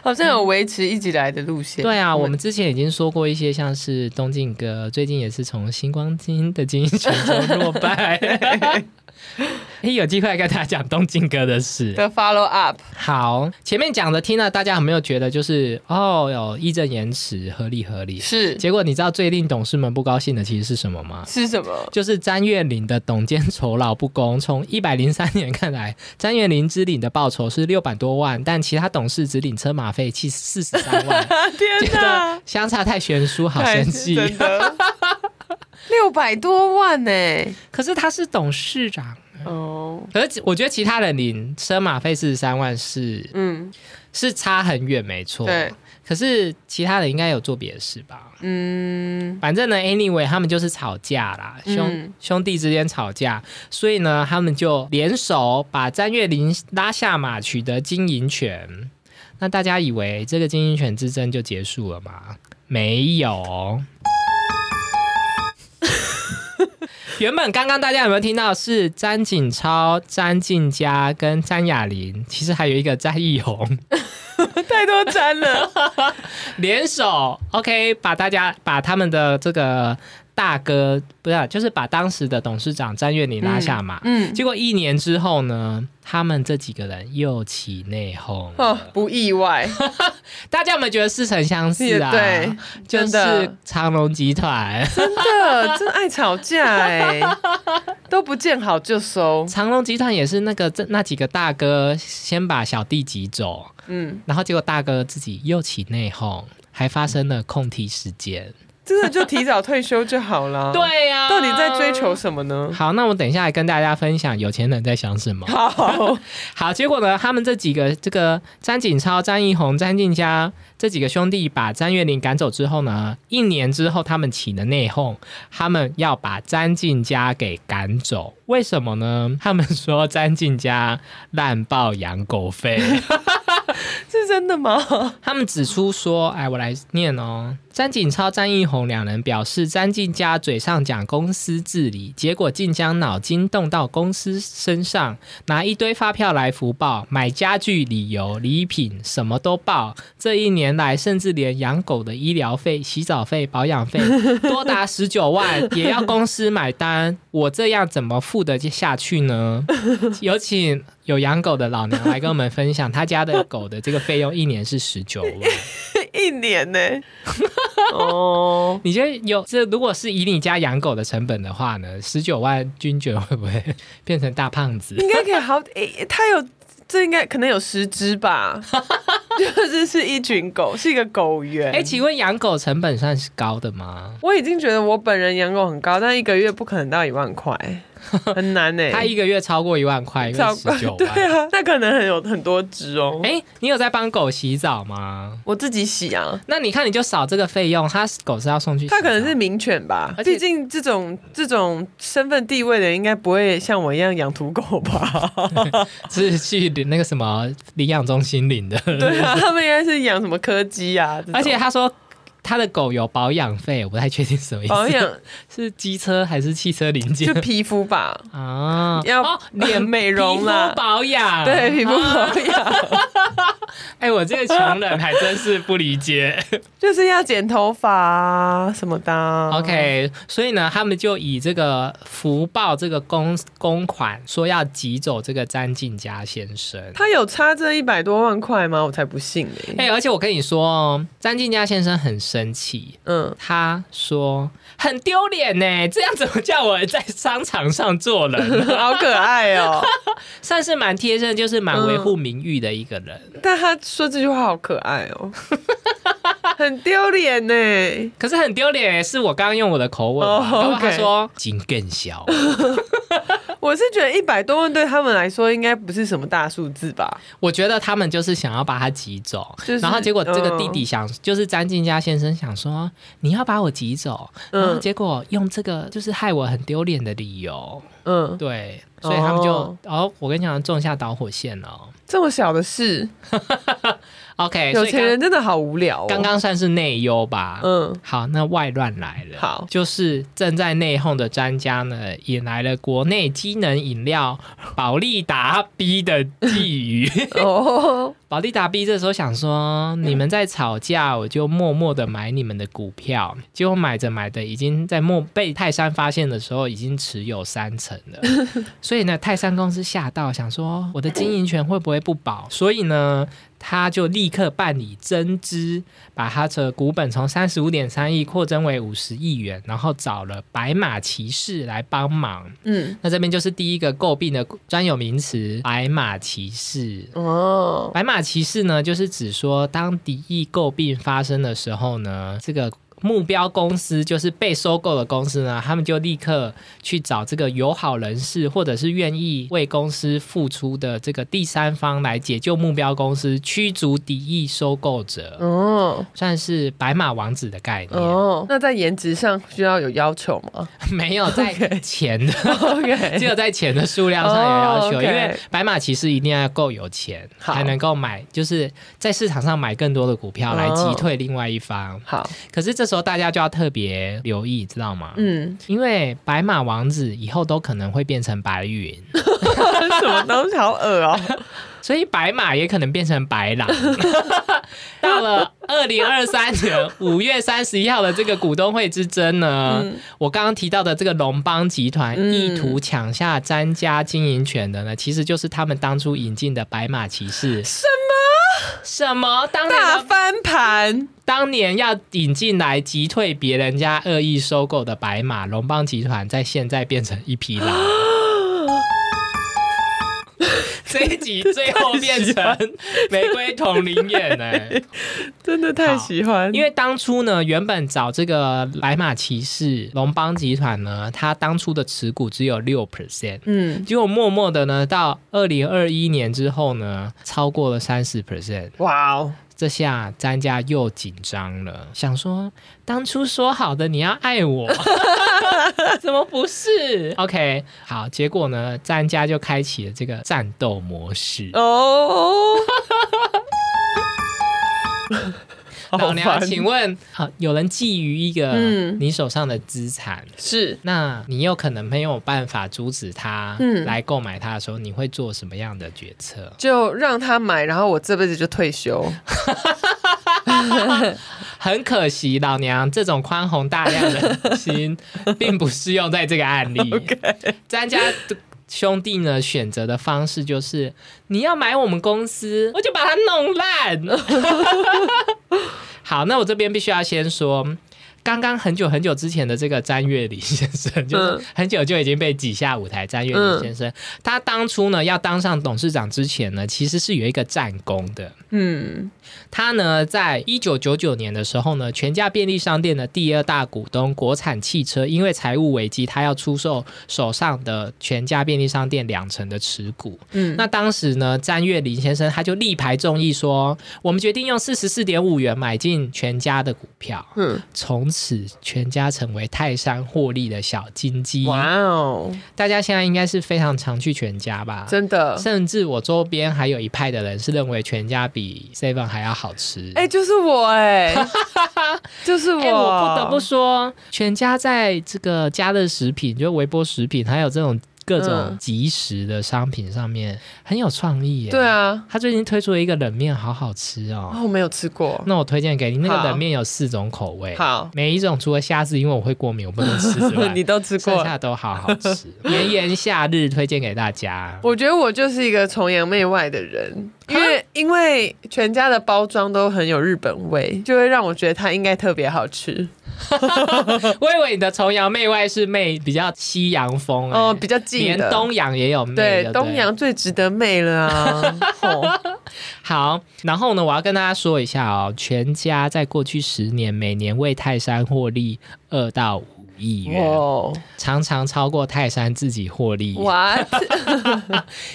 [SPEAKER 1] 好像有维持一直以来的路线。
[SPEAKER 2] 对啊，我们之前已经说过一些，像是东进哥，最近也是从星光金的经营权中落 败。哎，有机会来跟大家讲东进哥的事。
[SPEAKER 1] 的 follow up，
[SPEAKER 2] 好，前面讲的听了，大家有没有觉得就是哦，有义正言辞，合理合理？
[SPEAKER 1] 是
[SPEAKER 2] 结果你知道最令董事们不高兴的其实是什么吗？
[SPEAKER 1] 是什么？
[SPEAKER 2] 就是詹月林的董监酬劳不公，从一百零三年看来，詹月林只领的报酬是六百多万，但其他董事只领车马费七四十三万，
[SPEAKER 1] 啊天
[SPEAKER 2] 觉得
[SPEAKER 1] 哪，
[SPEAKER 2] 相差太悬殊，好
[SPEAKER 1] 太
[SPEAKER 2] 生气。
[SPEAKER 1] 真的， 六百多万呢、
[SPEAKER 2] 可是他是董事长，
[SPEAKER 1] 哦，
[SPEAKER 2] 可是我觉得其他人领车马费四十三万是
[SPEAKER 1] 嗯，
[SPEAKER 2] 是差很远，没错。
[SPEAKER 1] 对，
[SPEAKER 2] 可是其他人应该有做别的事吧？
[SPEAKER 1] 嗯，
[SPEAKER 2] 反正呢，anyway，他们就是吵架啦，兄、
[SPEAKER 1] 嗯
[SPEAKER 2] 兄弟之间吵架，所以呢，他们就联手把詹月林拉下马，取得经营权。那大家以为这个经营权之争就结束了吗？没有。原本刚刚大家有没有听到是詹景超、詹静佳跟詹雅玲，其实还有一个詹奕宏。
[SPEAKER 1] 太多沾了，
[SPEAKER 2] 联手，OK，把大家把他们的这个大哥，不是啊，就是把当时的董事长詹月林拉下马。
[SPEAKER 1] 嗯，
[SPEAKER 2] 结果一年之后呢，他们这几个人又起内讧了。
[SPEAKER 1] 哦，不意外，
[SPEAKER 2] 大家有没有觉得似曾相识
[SPEAKER 1] 也
[SPEAKER 2] 啊？
[SPEAKER 1] 对，
[SPEAKER 2] 就
[SPEAKER 1] 真的
[SPEAKER 2] 是长隆 集团。
[SPEAKER 1] 真的真爱吵架 哎、都不见好就收，
[SPEAKER 2] 长隆集团也是那个这那几个大哥先把小弟挤走，
[SPEAKER 1] 嗯，
[SPEAKER 2] 然后结果大哥自己又起内讧，还发生了控体事件。
[SPEAKER 1] 真的就提早退休就好了。，
[SPEAKER 2] 对呀、
[SPEAKER 1] 哦到底在追求什么呢？
[SPEAKER 2] 好，那我等一下来跟大家分享有钱人在想什么。
[SPEAKER 1] 好，
[SPEAKER 2] 好，结果呢，他们这几个这个詹景超、詹奕宏、詹静佳这几个兄弟把詹月玲赶走之后呢，一年之后他们起了内讧，他们要把詹静佳给赶走。为什么呢？他们说詹静佳滥报养狗费。
[SPEAKER 1] 是真的吗？
[SPEAKER 2] 他们指出说，哎，我来念哦。詹景超、詹奕宏两人表示，詹进家嘴上讲公司治理，结果竟将脑筋动到公司身上，拿一堆发票来福报，买家具、理由、礼品什么都报。这一年来，甚至连养狗的医疗费、洗澡费、保养费 多达十九万，也要公司买单。我这样怎么付得下去呢？ 有请有养狗的老娘来跟我们分享，他家的狗的这个费用一年是十九万。
[SPEAKER 1] 一年呢、 哦，
[SPEAKER 2] 你觉得有这如果是以你家养狗的成本的话呢，十九万君爵会不会变成大胖子？
[SPEAKER 1] 应该可以好，诶、它有这应该可能有十只 吧，就是是一群狗，是一个狗园。
[SPEAKER 2] 哎、请问养狗成本算是高的吗？
[SPEAKER 1] 我已经觉得我本人养狗很高，但一个月不可能到一万块。很难呢、
[SPEAKER 2] 他一个月超过一万块，一个
[SPEAKER 1] 照
[SPEAKER 2] 月十九
[SPEAKER 1] 对
[SPEAKER 2] 万。
[SPEAKER 1] 啊，那可能很有很多只哦。
[SPEAKER 2] 哎、你有在帮狗洗澡吗？
[SPEAKER 1] 我自己洗啊，
[SPEAKER 2] 那你看你就少这个费用，他狗是要送去洗澡，
[SPEAKER 1] 它可能是名犬吧，
[SPEAKER 2] 啊而且
[SPEAKER 1] 毕竟这种这种身份地位的人，应该不会像我一样养土狗吧？
[SPEAKER 2] 是去那个什么领养中心领的，
[SPEAKER 1] 对啊，他们应该是养什么柯基啊，这种
[SPEAKER 2] 而且他说他的狗有保养费，我不太确定什么意思，
[SPEAKER 1] 保养
[SPEAKER 2] 是机车还是汽车零
[SPEAKER 1] 就
[SPEAKER 2] 件
[SPEAKER 1] 皮肤吧，
[SPEAKER 2] 啊？
[SPEAKER 1] 要
[SPEAKER 2] 哦脸
[SPEAKER 1] 美容
[SPEAKER 2] 皮
[SPEAKER 1] 啦
[SPEAKER 2] 肤。保养，
[SPEAKER 1] 对皮肤
[SPEAKER 2] 啊
[SPEAKER 1] 保养，
[SPEAKER 2] 哎、我这个穷人还真是不理解。
[SPEAKER 1] 就是要剪头发啊什么的啊。
[SPEAKER 2] OK，所以呢，他们就以这个福报这个公公款，说要挤走这个詹静佳先生。
[SPEAKER 1] 他有差这一百多万块吗？我才不信呢、
[SPEAKER 2] 哎、而且我跟你说哦，詹静佳先生很生气，
[SPEAKER 1] 嗯，
[SPEAKER 2] 他说很丢脸呢，这样怎么叫我在商场上 做人？
[SPEAKER 1] 好可爱 哦、
[SPEAKER 2] 算是蛮贴身，就是蛮维护名誉的一个人。
[SPEAKER 1] 但他说这句话好可爱哦、 很丢脸呢。
[SPEAKER 2] 可是很丢脸耶，是我刚刚用我的口吻嘛，
[SPEAKER 1] 哦
[SPEAKER 2] 然后他
[SPEAKER 1] OK
[SPEAKER 2] 说金更小。
[SPEAKER 1] 我是觉得一百多万对他们来说应该不是什么大数字吧？
[SPEAKER 2] 我觉得他们就是想要把他挤走，
[SPEAKER 1] 就是
[SPEAKER 2] 然后结果这个弟弟
[SPEAKER 1] 嗯
[SPEAKER 2] 想，就是詹静佳先生想说你要把我挤走，
[SPEAKER 1] 嗯
[SPEAKER 2] 然后结果用这个就是害我很丢脸的理由，
[SPEAKER 1] 嗯，
[SPEAKER 2] 对，所以他们就
[SPEAKER 1] 哦
[SPEAKER 2] 哦我跟你讲种下导火线了。
[SPEAKER 1] 这么小的事，有
[SPEAKER 2] OK，哎所以
[SPEAKER 1] 钱
[SPEAKER 2] 刚
[SPEAKER 1] 人真的好无聊、哦。
[SPEAKER 2] 刚刚算是内忧吧，
[SPEAKER 1] 嗯，
[SPEAKER 2] 好，那外乱来了。
[SPEAKER 1] 好
[SPEAKER 2] 就是正在内讧的专家呢，引来了国内机能饮料保利达 B 的觊觎。
[SPEAKER 1] 哦，
[SPEAKER 2] 保利达 B 这时候想说，你们在吵架，我就默默的买你们的股票。结果买着买着，已经在默被泰山发现的时候，已经持有三成了。所以呢，泰山公司吓到，想说我的经营权会不会不保？所以呢。他就立刻办理增资，把他的股本从三十五点三亿扩增为五十亿元，然后找了白马骑士来帮忙。
[SPEAKER 1] 嗯，
[SPEAKER 2] 那这边就是第一个诟病的专有名词——白马骑士。
[SPEAKER 1] 哦，
[SPEAKER 2] 白马骑士呢，就是指说，当敌意诟病发生的时候呢，这个目标公司就是被收购的公司呢，他们就立刻去找这个友好人士，或者是愿意为公司付出的这个第三方来解救目标公司，驱逐敌意收购者，
[SPEAKER 1] 哦，
[SPEAKER 2] 算是白马王子的概念。
[SPEAKER 1] 哦，那在颜值上需要有要求吗
[SPEAKER 2] 没有在
[SPEAKER 1] OK
[SPEAKER 2] 钱的。 只
[SPEAKER 1] ？OK，
[SPEAKER 2] 有在钱的数量上有要求
[SPEAKER 1] 哦，，OK
[SPEAKER 2] 因为白马骑士一定要够有钱，
[SPEAKER 1] 好
[SPEAKER 2] 才能够买，就是在市场上买更多的股票来击退另外一方。
[SPEAKER 1] 好，
[SPEAKER 2] 可是这时候大家就要特别留意，知道吗？
[SPEAKER 1] 嗯，
[SPEAKER 2] 因为白马王子以后都可能会变成白云，
[SPEAKER 1] 什么东西好恶 哦、
[SPEAKER 2] 所以白马也可能变成白狼。到了二零二三年五月三十一号的这个股东会之争呢，我刚刚提到的这个龙邦集团
[SPEAKER 1] 嗯
[SPEAKER 2] 意图抢下詹家经营权的呢，其实就是他们当初引进的白马骑士。什么？什么？当
[SPEAKER 1] 大
[SPEAKER 2] 年
[SPEAKER 1] 翻盘，
[SPEAKER 2] 当年要引进来击退别人家恶意收购的白马龙邦集团，在现在变成一匹狼。这一集最后变成玫瑰同林演呢、
[SPEAKER 1] 真的太喜欢，
[SPEAKER 2] 因为当初呢，原本找这个白马骑士龙邦集团呢，他当初的持股只有六 percent，
[SPEAKER 1] 嗯，
[SPEAKER 2] 结果默默的呢，到二零二一年之后呢，超过了三十 percent。
[SPEAKER 1] 哇哦，
[SPEAKER 2] 这下詹家又紧张了，想说当初说好的你要爱我， 怎么不是？OK，好，结果呢，詹家就开启了这个战斗模式。
[SPEAKER 1] 哦，
[SPEAKER 2] 老娘，
[SPEAKER 1] 烦
[SPEAKER 2] 请问，好，有人觊觎一个
[SPEAKER 1] 嗯
[SPEAKER 2] 你手上的资产，
[SPEAKER 1] 是
[SPEAKER 2] 那你有可能没有办法阻止他
[SPEAKER 1] 嗯
[SPEAKER 2] 来购买它的时候，你会做什么样的决策？
[SPEAKER 1] 就让他买，然后我这辈子就退休。
[SPEAKER 2] 很可惜，老娘这种宽宏大量的心，并不适用在这个案例。詹家兄弟呢选择的方式就是，你要买我们公司，我就把它弄烂。好，那我这边必须要先说。刚刚很久很久之前的这个詹月里先生，就是很久就已经被挤下舞台。詹月里先生，他当初呢要当上董事长之前呢，其实是有一个战功的。
[SPEAKER 1] 嗯，
[SPEAKER 2] 他呢，在一九九九年的时候呢，全家便利商店的第二大股东国产汽车，因为财务危机，他要出售手上的全家便利商店两成的持股。
[SPEAKER 1] 嗯
[SPEAKER 2] 那当时呢，詹月林先生他就力排众议说，我们决定用四十四点五元买进全家的股票，
[SPEAKER 1] 嗯，
[SPEAKER 2] 从此全家成为泰山获利的小金鸡。
[SPEAKER 1] 哇哦，
[SPEAKER 2] 大家现在应该是非常常去全家吧？
[SPEAKER 1] 真的，
[SPEAKER 2] 甚至我周边还有一派的人是认为全家比 Seven 还要好吃。
[SPEAKER 1] 哎、就是我 哎、就是我、
[SPEAKER 2] 哎、我不得不说，全家在这个加热食品，就是微波食品，还有这种各种
[SPEAKER 1] 嗯
[SPEAKER 2] 即食的商品上面、很有创意耶。
[SPEAKER 1] 对，啊，
[SPEAKER 2] 他最近推出了一个冷面，好好吃哦。
[SPEAKER 1] 哦，我没有吃过，
[SPEAKER 2] 那我推荐给你，那个
[SPEAKER 1] 好
[SPEAKER 2] 冷面有四种口味，
[SPEAKER 1] 好，
[SPEAKER 2] 每一种除了虾子，因为我会过敏，我不能吃之外，
[SPEAKER 1] 你都吃过
[SPEAKER 2] 剩
[SPEAKER 1] 了。
[SPEAKER 2] 下都好好 吃。炎炎夏日推荐给大家。
[SPEAKER 1] 我觉得我就是一个崇洋媚外的人，因为因为全家的包装都很有日本味，就会让我觉得它应该特别好吃
[SPEAKER 2] 我以为你的崇洋媚外是媚比较西洋风、哎
[SPEAKER 1] 哦，比较近
[SPEAKER 2] 连
[SPEAKER 1] 的。
[SPEAKER 2] 东洋也有媚
[SPEAKER 1] 对
[SPEAKER 2] 的，
[SPEAKER 1] 东洋最值得媚了 啊！吼
[SPEAKER 2] 好，然后呢，我要跟大家说一下哦，全家在过去十年每年为泰山获利二到五亿元，
[SPEAKER 1] 哦，
[SPEAKER 2] 常常超过泰山自己获利。
[SPEAKER 1] 哇，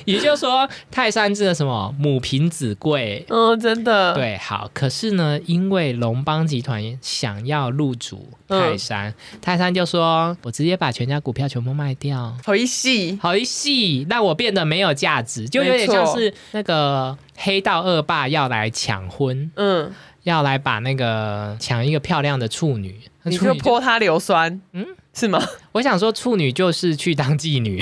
[SPEAKER 2] 也就是说，泰山真的什么母凭子贵。
[SPEAKER 1] 嗯，真的，，
[SPEAKER 2] 对，好，可是呢，因为龙邦集团想要入主泰山，
[SPEAKER 1] 嗯
[SPEAKER 2] 泰山就说：“我直接把全家股票全部卖掉，
[SPEAKER 1] 好一戏，
[SPEAKER 2] 好一戏，让我变得没有价值，就有点像
[SPEAKER 1] 没错
[SPEAKER 2] 是那个黑道恶霸要来抢婚，
[SPEAKER 1] 嗯，
[SPEAKER 2] 要来把那个抢一个漂亮的处女，那
[SPEAKER 1] 你
[SPEAKER 2] 处
[SPEAKER 1] 就
[SPEAKER 2] 女
[SPEAKER 1] 泼他硫酸，
[SPEAKER 2] 嗯
[SPEAKER 1] 嗯，是吗？
[SPEAKER 2] 我想说处女就是去当妓女，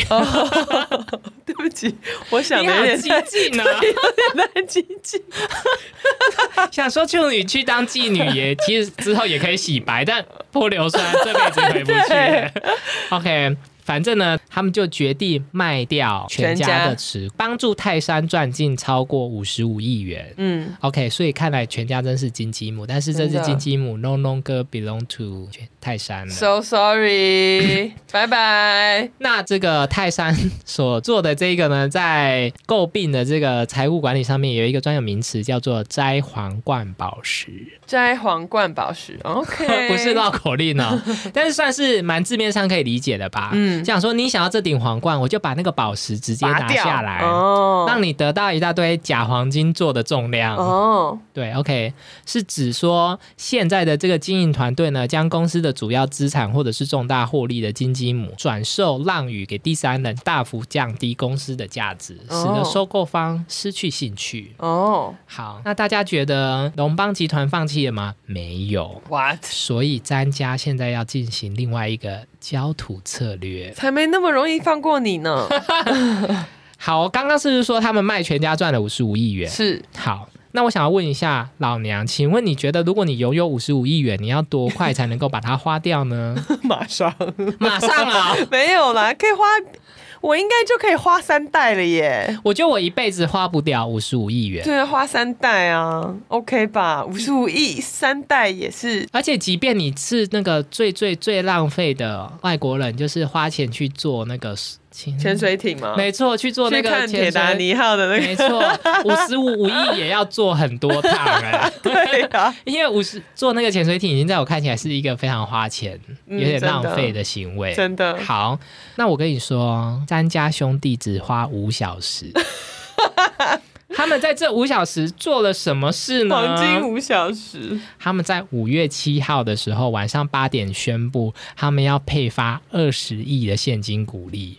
[SPEAKER 1] 对不起，我想
[SPEAKER 2] 你
[SPEAKER 1] 的有
[SPEAKER 2] 好
[SPEAKER 1] 点
[SPEAKER 2] 激
[SPEAKER 1] 太
[SPEAKER 2] 进 呢，
[SPEAKER 1] 太激 进，
[SPEAKER 2] 想说处女去当妓女也其实之后也可以洗白，但泼硫酸这辈子回不去。OK。反正呢，他们就决定卖掉全家的持，帮助泰山赚进超过五十五亿元。
[SPEAKER 1] 嗯，
[SPEAKER 2] OK，所以看来全家真是金鸡母，但是这只
[SPEAKER 1] 真的
[SPEAKER 2] 金鸡母 no longer belong to 全泰山了。
[SPEAKER 1] So sorry，拜拜。
[SPEAKER 2] 那这个泰山所做的这个呢，在诟病的这个财务管理上面有一个专有名词叫做“摘皇冠宝石
[SPEAKER 1] 摘皇冠宝石，OK，”
[SPEAKER 2] 不是绕口令 哦，但是算是蛮字面上可以理解的吧。嗯，
[SPEAKER 1] 嗯
[SPEAKER 2] 想说你想要这顶皇冠，我就把那个宝石直接拿
[SPEAKER 1] 拔掉
[SPEAKER 2] 下来。
[SPEAKER 1] 哦，
[SPEAKER 2] 让你得到一大堆假黄金做的重量，
[SPEAKER 1] 哦，
[SPEAKER 2] 对，OK，是指说现在的这个经营团队呢，将公司的主要资产或者是重大获利的金鸡母转售让与给第三人，大幅降低公司的价值，使得
[SPEAKER 1] 哦
[SPEAKER 2] 收购方失去兴趣。
[SPEAKER 1] 哦
[SPEAKER 2] 好，那大家觉得龙邦集团放弃了吗？没有。
[SPEAKER 1] ，what？
[SPEAKER 2] 所以詹家现在要进行另外一个焦土策略。
[SPEAKER 1] 才没那么容易放过你 呢。
[SPEAKER 2] 好，刚刚是不是说他们卖全家赚了五十五亿元？
[SPEAKER 1] 是，
[SPEAKER 2] 好，那我想要问一下老娘，请问你觉得如果你拥有五十五亿元，你要多快才能够把它花掉呢？
[SPEAKER 1] 马上
[SPEAKER 2] 马上 啊！
[SPEAKER 1] 没有啦，可以花，我应该就可以花三代了耶。
[SPEAKER 2] 我觉得我一辈子花不掉五十五亿元，
[SPEAKER 1] 对啊，花三代啊，OK 吧？五十五亿三代也是，
[SPEAKER 2] 而且即便你是那个最最最浪费的外国人，就是花钱去做那个潜
[SPEAKER 1] 潜，水艇吗？
[SPEAKER 2] 没错，去做那
[SPEAKER 1] 去
[SPEAKER 2] 个
[SPEAKER 1] 看铁
[SPEAKER 2] 潜
[SPEAKER 1] 达
[SPEAKER 2] 水。
[SPEAKER 1] 尼号的那个，
[SPEAKER 2] 没错，五十五五亿也要做很多趟哎、
[SPEAKER 1] 对啊，
[SPEAKER 2] 因为五十做那个潜水艇已经在我看起来是一个非常花钱、
[SPEAKER 1] 嗯
[SPEAKER 2] 有点浪
[SPEAKER 1] 真的
[SPEAKER 2] 费的行为，
[SPEAKER 1] 真的，
[SPEAKER 2] 好，那我跟你说，詹家兄弟只花五小 时，他们在这五小时做了什么事呢？
[SPEAKER 1] 黄金五小时，
[SPEAKER 2] 他们在五月七号的时候晚上八点宣布，他们要配发二十亿的现金股 利。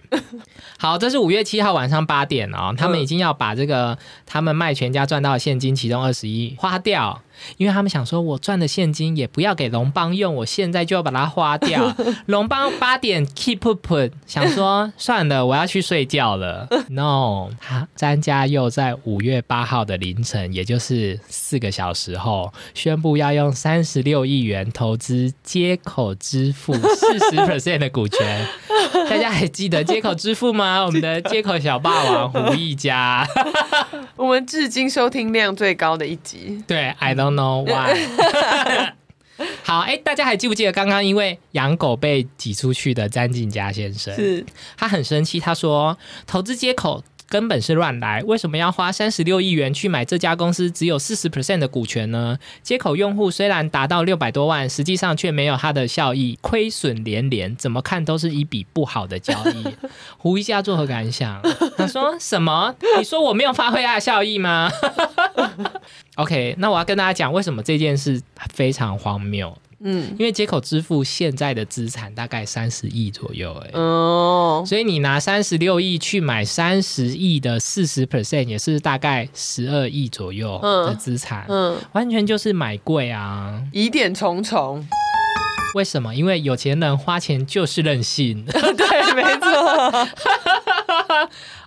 [SPEAKER 2] 好，这是五月七号晚上八点哦，他
[SPEAKER 1] 嗯
[SPEAKER 2] 们已经要把这个他们卖全家赚到的现金，其中二十亿花掉，因为他们想说，我赚的现金也不要给龙邦用，我现在就要把它花掉。龙邦八点 keep put，想说算了，我要去睡觉了。No，他詹家又在五月八号的凌晨，也就是四个小时后，宣布要用三十六亿元投资接口支付四十 percent 的股权。 大家还记得接口支付吗？我们的接口小霸王胡一家。
[SPEAKER 1] 我们至今收听量最高的一集。
[SPEAKER 2] 对，I don't know why。好，哎、大家还记不记得刚刚因为养狗被挤出去的詹静佳先生？
[SPEAKER 1] 是
[SPEAKER 2] 他很生气，他说投资接口。根本是乱来，为什么要花三十六亿元去买这家公司只有四十 percent 的股权呢？接口用户虽然达到六百多万，实际上却没有它的效益，亏损连连，怎么看都是一笔不好的交易。胡一家作何感想？他说什么？你说我没有发挥它的效益吗 ？OK，那我要跟大家讲为什么这件事非常荒谬，
[SPEAKER 1] 嗯
[SPEAKER 2] 因为接口支付现在的资产大概三十亿左右、哎。
[SPEAKER 1] 哦，
[SPEAKER 2] 所以你拿三十六亿去买三十亿的四十 percent，也是大概十二亿左右的资产，
[SPEAKER 1] 嗯，
[SPEAKER 2] 完全就是买贵啊！
[SPEAKER 1] 疑点重 重，
[SPEAKER 2] 为什么？因为有钱人花钱就是任性。
[SPEAKER 1] 对，没错，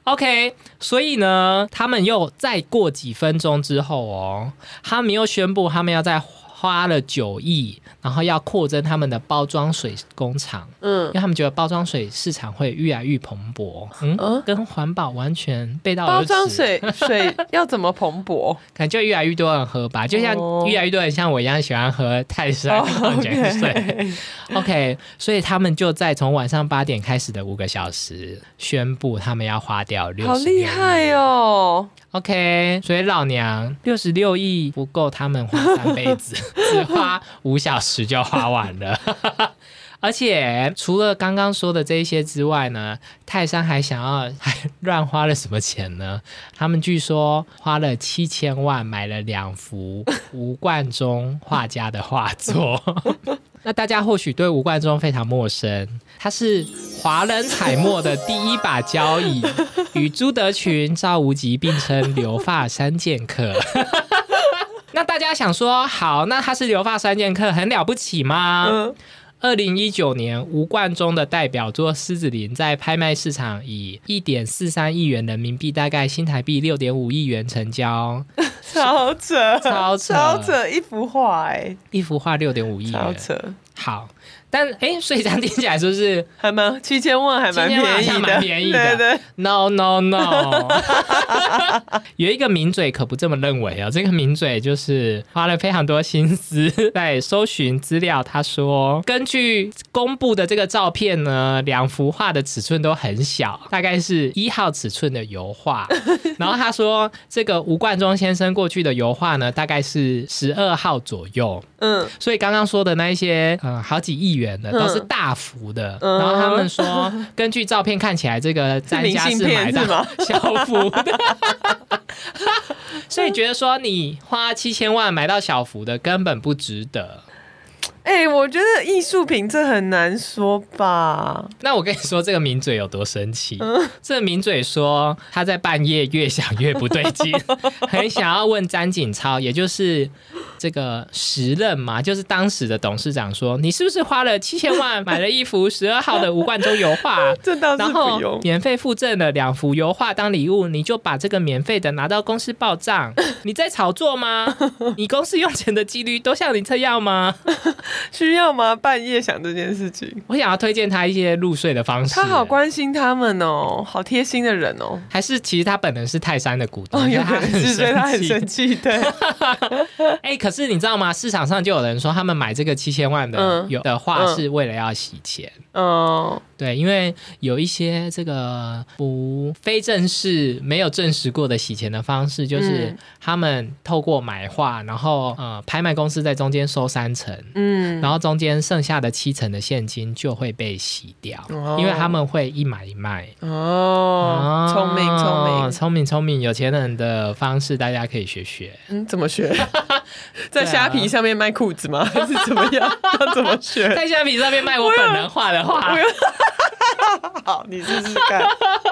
[SPEAKER 2] OK，所以呢，他们又再过几分钟之后哦，他们又宣布他们要再花了九亿，然后要扩增他们的包装水工厂，因
[SPEAKER 1] 嗯，
[SPEAKER 2] 为他们觉得包装水市场会越来越蓬勃。嗯，
[SPEAKER 1] 嗯
[SPEAKER 2] 跟环保完全背道而
[SPEAKER 1] 包
[SPEAKER 2] 驰。
[SPEAKER 1] 装水水要怎么蓬 勃？
[SPEAKER 2] 可能就越来越多人喝吧，就像
[SPEAKER 1] 哦
[SPEAKER 2] 越来越多人像我一样喜欢喝泰啊山
[SPEAKER 1] 哦
[SPEAKER 2] 矿泉水。
[SPEAKER 1] OK
[SPEAKER 2] OK，所以他们就在从晚上八点开始的五个小时宣布他们要花掉六
[SPEAKER 1] 好
[SPEAKER 2] 十
[SPEAKER 1] 厉害哦！
[SPEAKER 2] OK，所以老娘六十六亿不够他们花三辈子，只花五小时就花完了。 而且除了刚刚说的这一些之外呢，泰山还想要还乱花了什么钱呢？他们据说花了七千万买了两幅吴冠中画家的画作。那大家或许对吴冠中非常陌生，他是华人彩墨的第一把交椅，与朱德群、赵无极并称留发三剑客。 那大家想说，好，那他是留发三剑客，很了不起吗？
[SPEAKER 1] 嗯，
[SPEAKER 2] 二零一九年，吴冠中的代表作《狮子林》在拍卖市场以一点四三亿元人民币，大概新台币六点五亿元成交，
[SPEAKER 1] 超扯，
[SPEAKER 2] 超扯
[SPEAKER 1] 超扯，一幅画哎，
[SPEAKER 2] 一幅画六点五亿
[SPEAKER 1] 超
[SPEAKER 2] 元。
[SPEAKER 1] 扯，
[SPEAKER 2] 好，但哎，所以这样听起来是不是
[SPEAKER 1] 还蛮七千万，还蛮
[SPEAKER 2] 7000万好
[SPEAKER 1] 便
[SPEAKER 2] 像
[SPEAKER 1] 宜
[SPEAKER 2] 蛮
[SPEAKER 1] 的，
[SPEAKER 2] 便宜
[SPEAKER 1] 对
[SPEAKER 2] 的
[SPEAKER 1] 对，
[SPEAKER 2] No no no！有一个名嘴可不这么认为啊、这个名嘴就是花了非常多心思在搜寻资料。他说，根据公布的这个照片呢，两幅画的尺寸都很小，大概是一号尺寸的油画。然后他说，这个吴冠中先生过去的油画呢，大概是十二号左右。
[SPEAKER 1] 嗯，
[SPEAKER 2] 所以刚刚说的那一些，嗯，好几亿元的
[SPEAKER 1] 嗯
[SPEAKER 2] 都是大幅的。
[SPEAKER 1] 嗯
[SPEAKER 2] 然后他们说， 根据照片看起来，这个
[SPEAKER 1] 是
[SPEAKER 2] 詹
[SPEAKER 1] 明
[SPEAKER 2] 家
[SPEAKER 1] 信
[SPEAKER 2] 是
[SPEAKER 1] 片
[SPEAKER 2] 买
[SPEAKER 1] 是
[SPEAKER 2] 到
[SPEAKER 1] 吗？
[SPEAKER 2] 校服的。 所以觉得说你花七千万买到小服的根本不值得。
[SPEAKER 1] 哎、我觉得艺术品这很难说吧。
[SPEAKER 2] 那我跟你说，这个名嘴有多生气？
[SPEAKER 1] 嗯
[SPEAKER 2] 这个名嘴说他在半夜越想越不对 劲，很想要问詹景超，也就是这个时任嘛，就是当时的董事长说，你是不是花了七千万买了一幅十二号的吴冠中油 画？
[SPEAKER 1] 这倒是
[SPEAKER 2] 然
[SPEAKER 1] 不
[SPEAKER 2] 后
[SPEAKER 1] 用，
[SPEAKER 2] 免费附赠了两幅油画当礼物，你就把这个免费的拿到公司 报账。你在炒作吗？你公司用钱的几率都像你这样吗？
[SPEAKER 1] 需要吗？半夜想这件事情，
[SPEAKER 2] 我想要推荐他一些入睡的方式。
[SPEAKER 1] 他好关心他们哦，好贴心的人哦。
[SPEAKER 2] 还是其实他本人是泰山的股东，
[SPEAKER 1] 哦， 有可能是
[SPEAKER 2] 所
[SPEAKER 1] 所
[SPEAKER 2] 以
[SPEAKER 1] 以
[SPEAKER 2] 他
[SPEAKER 1] 他
[SPEAKER 2] 很
[SPEAKER 1] 很
[SPEAKER 2] 生气
[SPEAKER 1] 生。气，对，
[SPEAKER 2] 哎、可是你知道吗？市场上就有人说，他们买这个七千万的
[SPEAKER 1] 嗯
[SPEAKER 2] 有、的话
[SPEAKER 1] 嗯
[SPEAKER 2] 是为了要洗钱。
[SPEAKER 1] 嗯，
[SPEAKER 2] 对，因为有一些这个不非正式、没有证实过的洗钱的方式，就是
[SPEAKER 1] 嗯
[SPEAKER 2] 他们透过买画，然后呃，拍卖公司在中间收三成，
[SPEAKER 1] 嗯，
[SPEAKER 2] 然后中间剩下的七成的现金就会被洗掉，
[SPEAKER 1] 哦
[SPEAKER 2] 因为他们会一买一卖。
[SPEAKER 1] 哦，聪明聪
[SPEAKER 2] 哦
[SPEAKER 1] 明，
[SPEAKER 2] 聪明，聪明，有钱人的方式大家可以 学学。
[SPEAKER 1] 嗯，怎么学？在虾皮上面卖裤子吗？还是怎么 样？要怎么学？
[SPEAKER 2] 在虾皮上面卖我本人画的画，
[SPEAKER 1] 好，你试试看，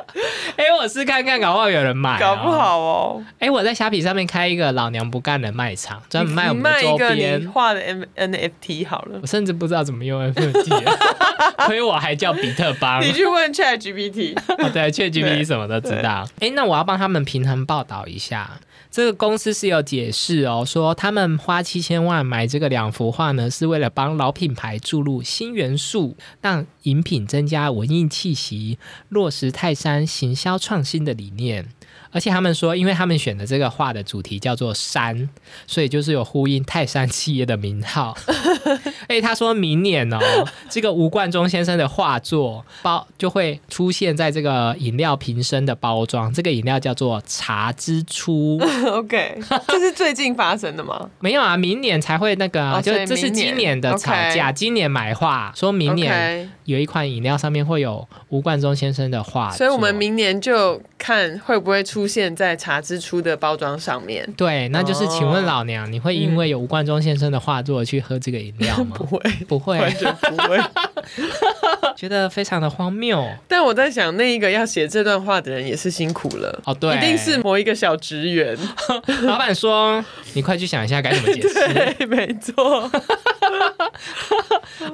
[SPEAKER 2] 哎、我试看看，搞不好有人买、 啊
[SPEAKER 1] 搞不。好哦。
[SPEAKER 2] 哎、我在虾皮上面开一个老娘不干的卖场，专门卖我
[SPEAKER 1] 你
[SPEAKER 2] 们的
[SPEAKER 1] 卖一
[SPEAKER 2] 周
[SPEAKER 1] 个你
[SPEAKER 2] 边。
[SPEAKER 1] 画的 M NFT 好了
[SPEAKER 2] 我，甚至不知道怎么用 NFT，亏我还叫比特 帮。
[SPEAKER 1] 你去问 Chat GPT。
[SPEAKER 2] 哦对，ChatGPT
[SPEAKER 1] 对
[SPEAKER 2] 什么都知道。哎，那我要帮他们平衡报道一下。这个公司是有解释哦，说他们花七千万买这个两幅画呢，是为了帮老品牌注入新元素，让饮品增加文艺气息，落实泰山行销创新的理念。而且他们说，因为他们选的这个画的主题叫做山，所以就是有呼应泰山企业的名号。哎，他说明 年哦，这个吴冠中先生的画作包就会出现在这个饮料瓶身的包装，这个饮料叫做茶之 初。
[SPEAKER 1] OK，这是最近发生的吗？
[SPEAKER 2] 没有啊，明年才会那个、啊，
[SPEAKER 1] 哦
[SPEAKER 2] 就
[SPEAKER 1] 所以
[SPEAKER 2] 这是
[SPEAKER 1] 明年
[SPEAKER 2] 今年的吵架，
[SPEAKER 1] OK
[SPEAKER 2] 今年买画，说明年
[SPEAKER 1] OK
[SPEAKER 2] 有一款饮料上面会有吴冠中先生的画作，
[SPEAKER 1] 所以我们明年就看会不会出现在茶之初的包装上面。
[SPEAKER 2] 对，那就是请问
[SPEAKER 1] 哦
[SPEAKER 2] 老娘，你会因为有吴冠中先生的画作去喝这个饮料 吗？
[SPEAKER 1] 不会，
[SPEAKER 2] 不会，
[SPEAKER 1] 完全不会。
[SPEAKER 2] 觉得非常的荒谬
[SPEAKER 1] 但我在想，那一个要写这段话的人也是辛苦了，
[SPEAKER 2] 哦。对，
[SPEAKER 1] 一定是某一个小职员。
[SPEAKER 2] 老板说，你快去想一下该怎么解 释。
[SPEAKER 1] 对，没错。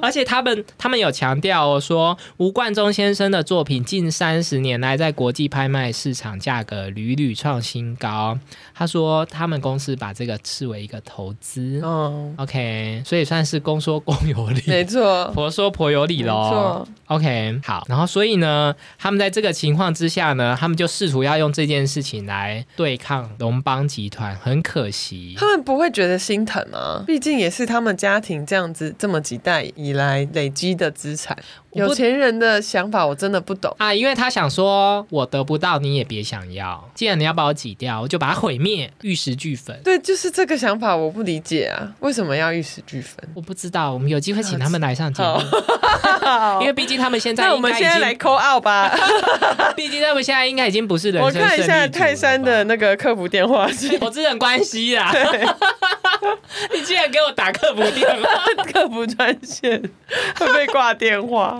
[SPEAKER 2] 而且他们他们有强调哦，说吴冠中先生的作品近三十年来在国际拍卖市场价格屡屡创新高。他说他们公司把这个视为一个投资、
[SPEAKER 1] 嗯，
[SPEAKER 2] o k 所以算是公说公有理，
[SPEAKER 1] 没错，
[SPEAKER 2] 婆说婆有理
[SPEAKER 1] 没
[SPEAKER 2] 喽。
[SPEAKER 1] 错。
[SPEAKER 2] OK，好，然后所以呢，他们在这个情况之下呢，他们就试图要用这件事情来对抗龙邦集团，很可惜。
[SPEAKER 1] 他们不会觉得心疼吗？毕竟也是他们家庭这样子这么几代以来累积的资产。
[SPEAKER 2] 我不
[SPEAKER 1] 有钱人的想法我真的不懂。
[SPEAKER 2] 啊，因为他想说，我得不到，你也别想要。既然你要把我挤掉，我就把它毁灭，玉石俱焚。
[SPEAKER 1] 对，就是这个想法我不理解啊，为什么要玉石俱焚？
[SPEAKER 2] 我不知道，我们有机会请他们来上节
[SPEAKER 1] 好
[SPEAKER 2] 目， 因为毕竟他们现在
[SPEAKER 1] 那我们
[SPEAKER 2] 应
[SPEAKER 1] 现
[SPEAKER 2] 该已
[SPEAKER 1] 在
[SPEAKER 2] 经
[SPEAKER 1] 来扣 out 吧。
[SPEAKER 2] 毕竟他们现在应该已经不是人
[SPEAKER 1] 我
[SPEAKER 2] 生胜利
[SPEAKER 1] 看一下
[SPEAKER 2] 组
[SPEAKER 1] 泰山
[SPEAKER 2] 了
[SPEAKER 1] 的
[SPEAKER 2] 吧
[SPEAKER 1] 那个客服电话是
[SPEAKER 2] 投资人关 系啦。 你竟然给我打客服电话！
[SPEAKER 1] 客服专线会被挂电 话。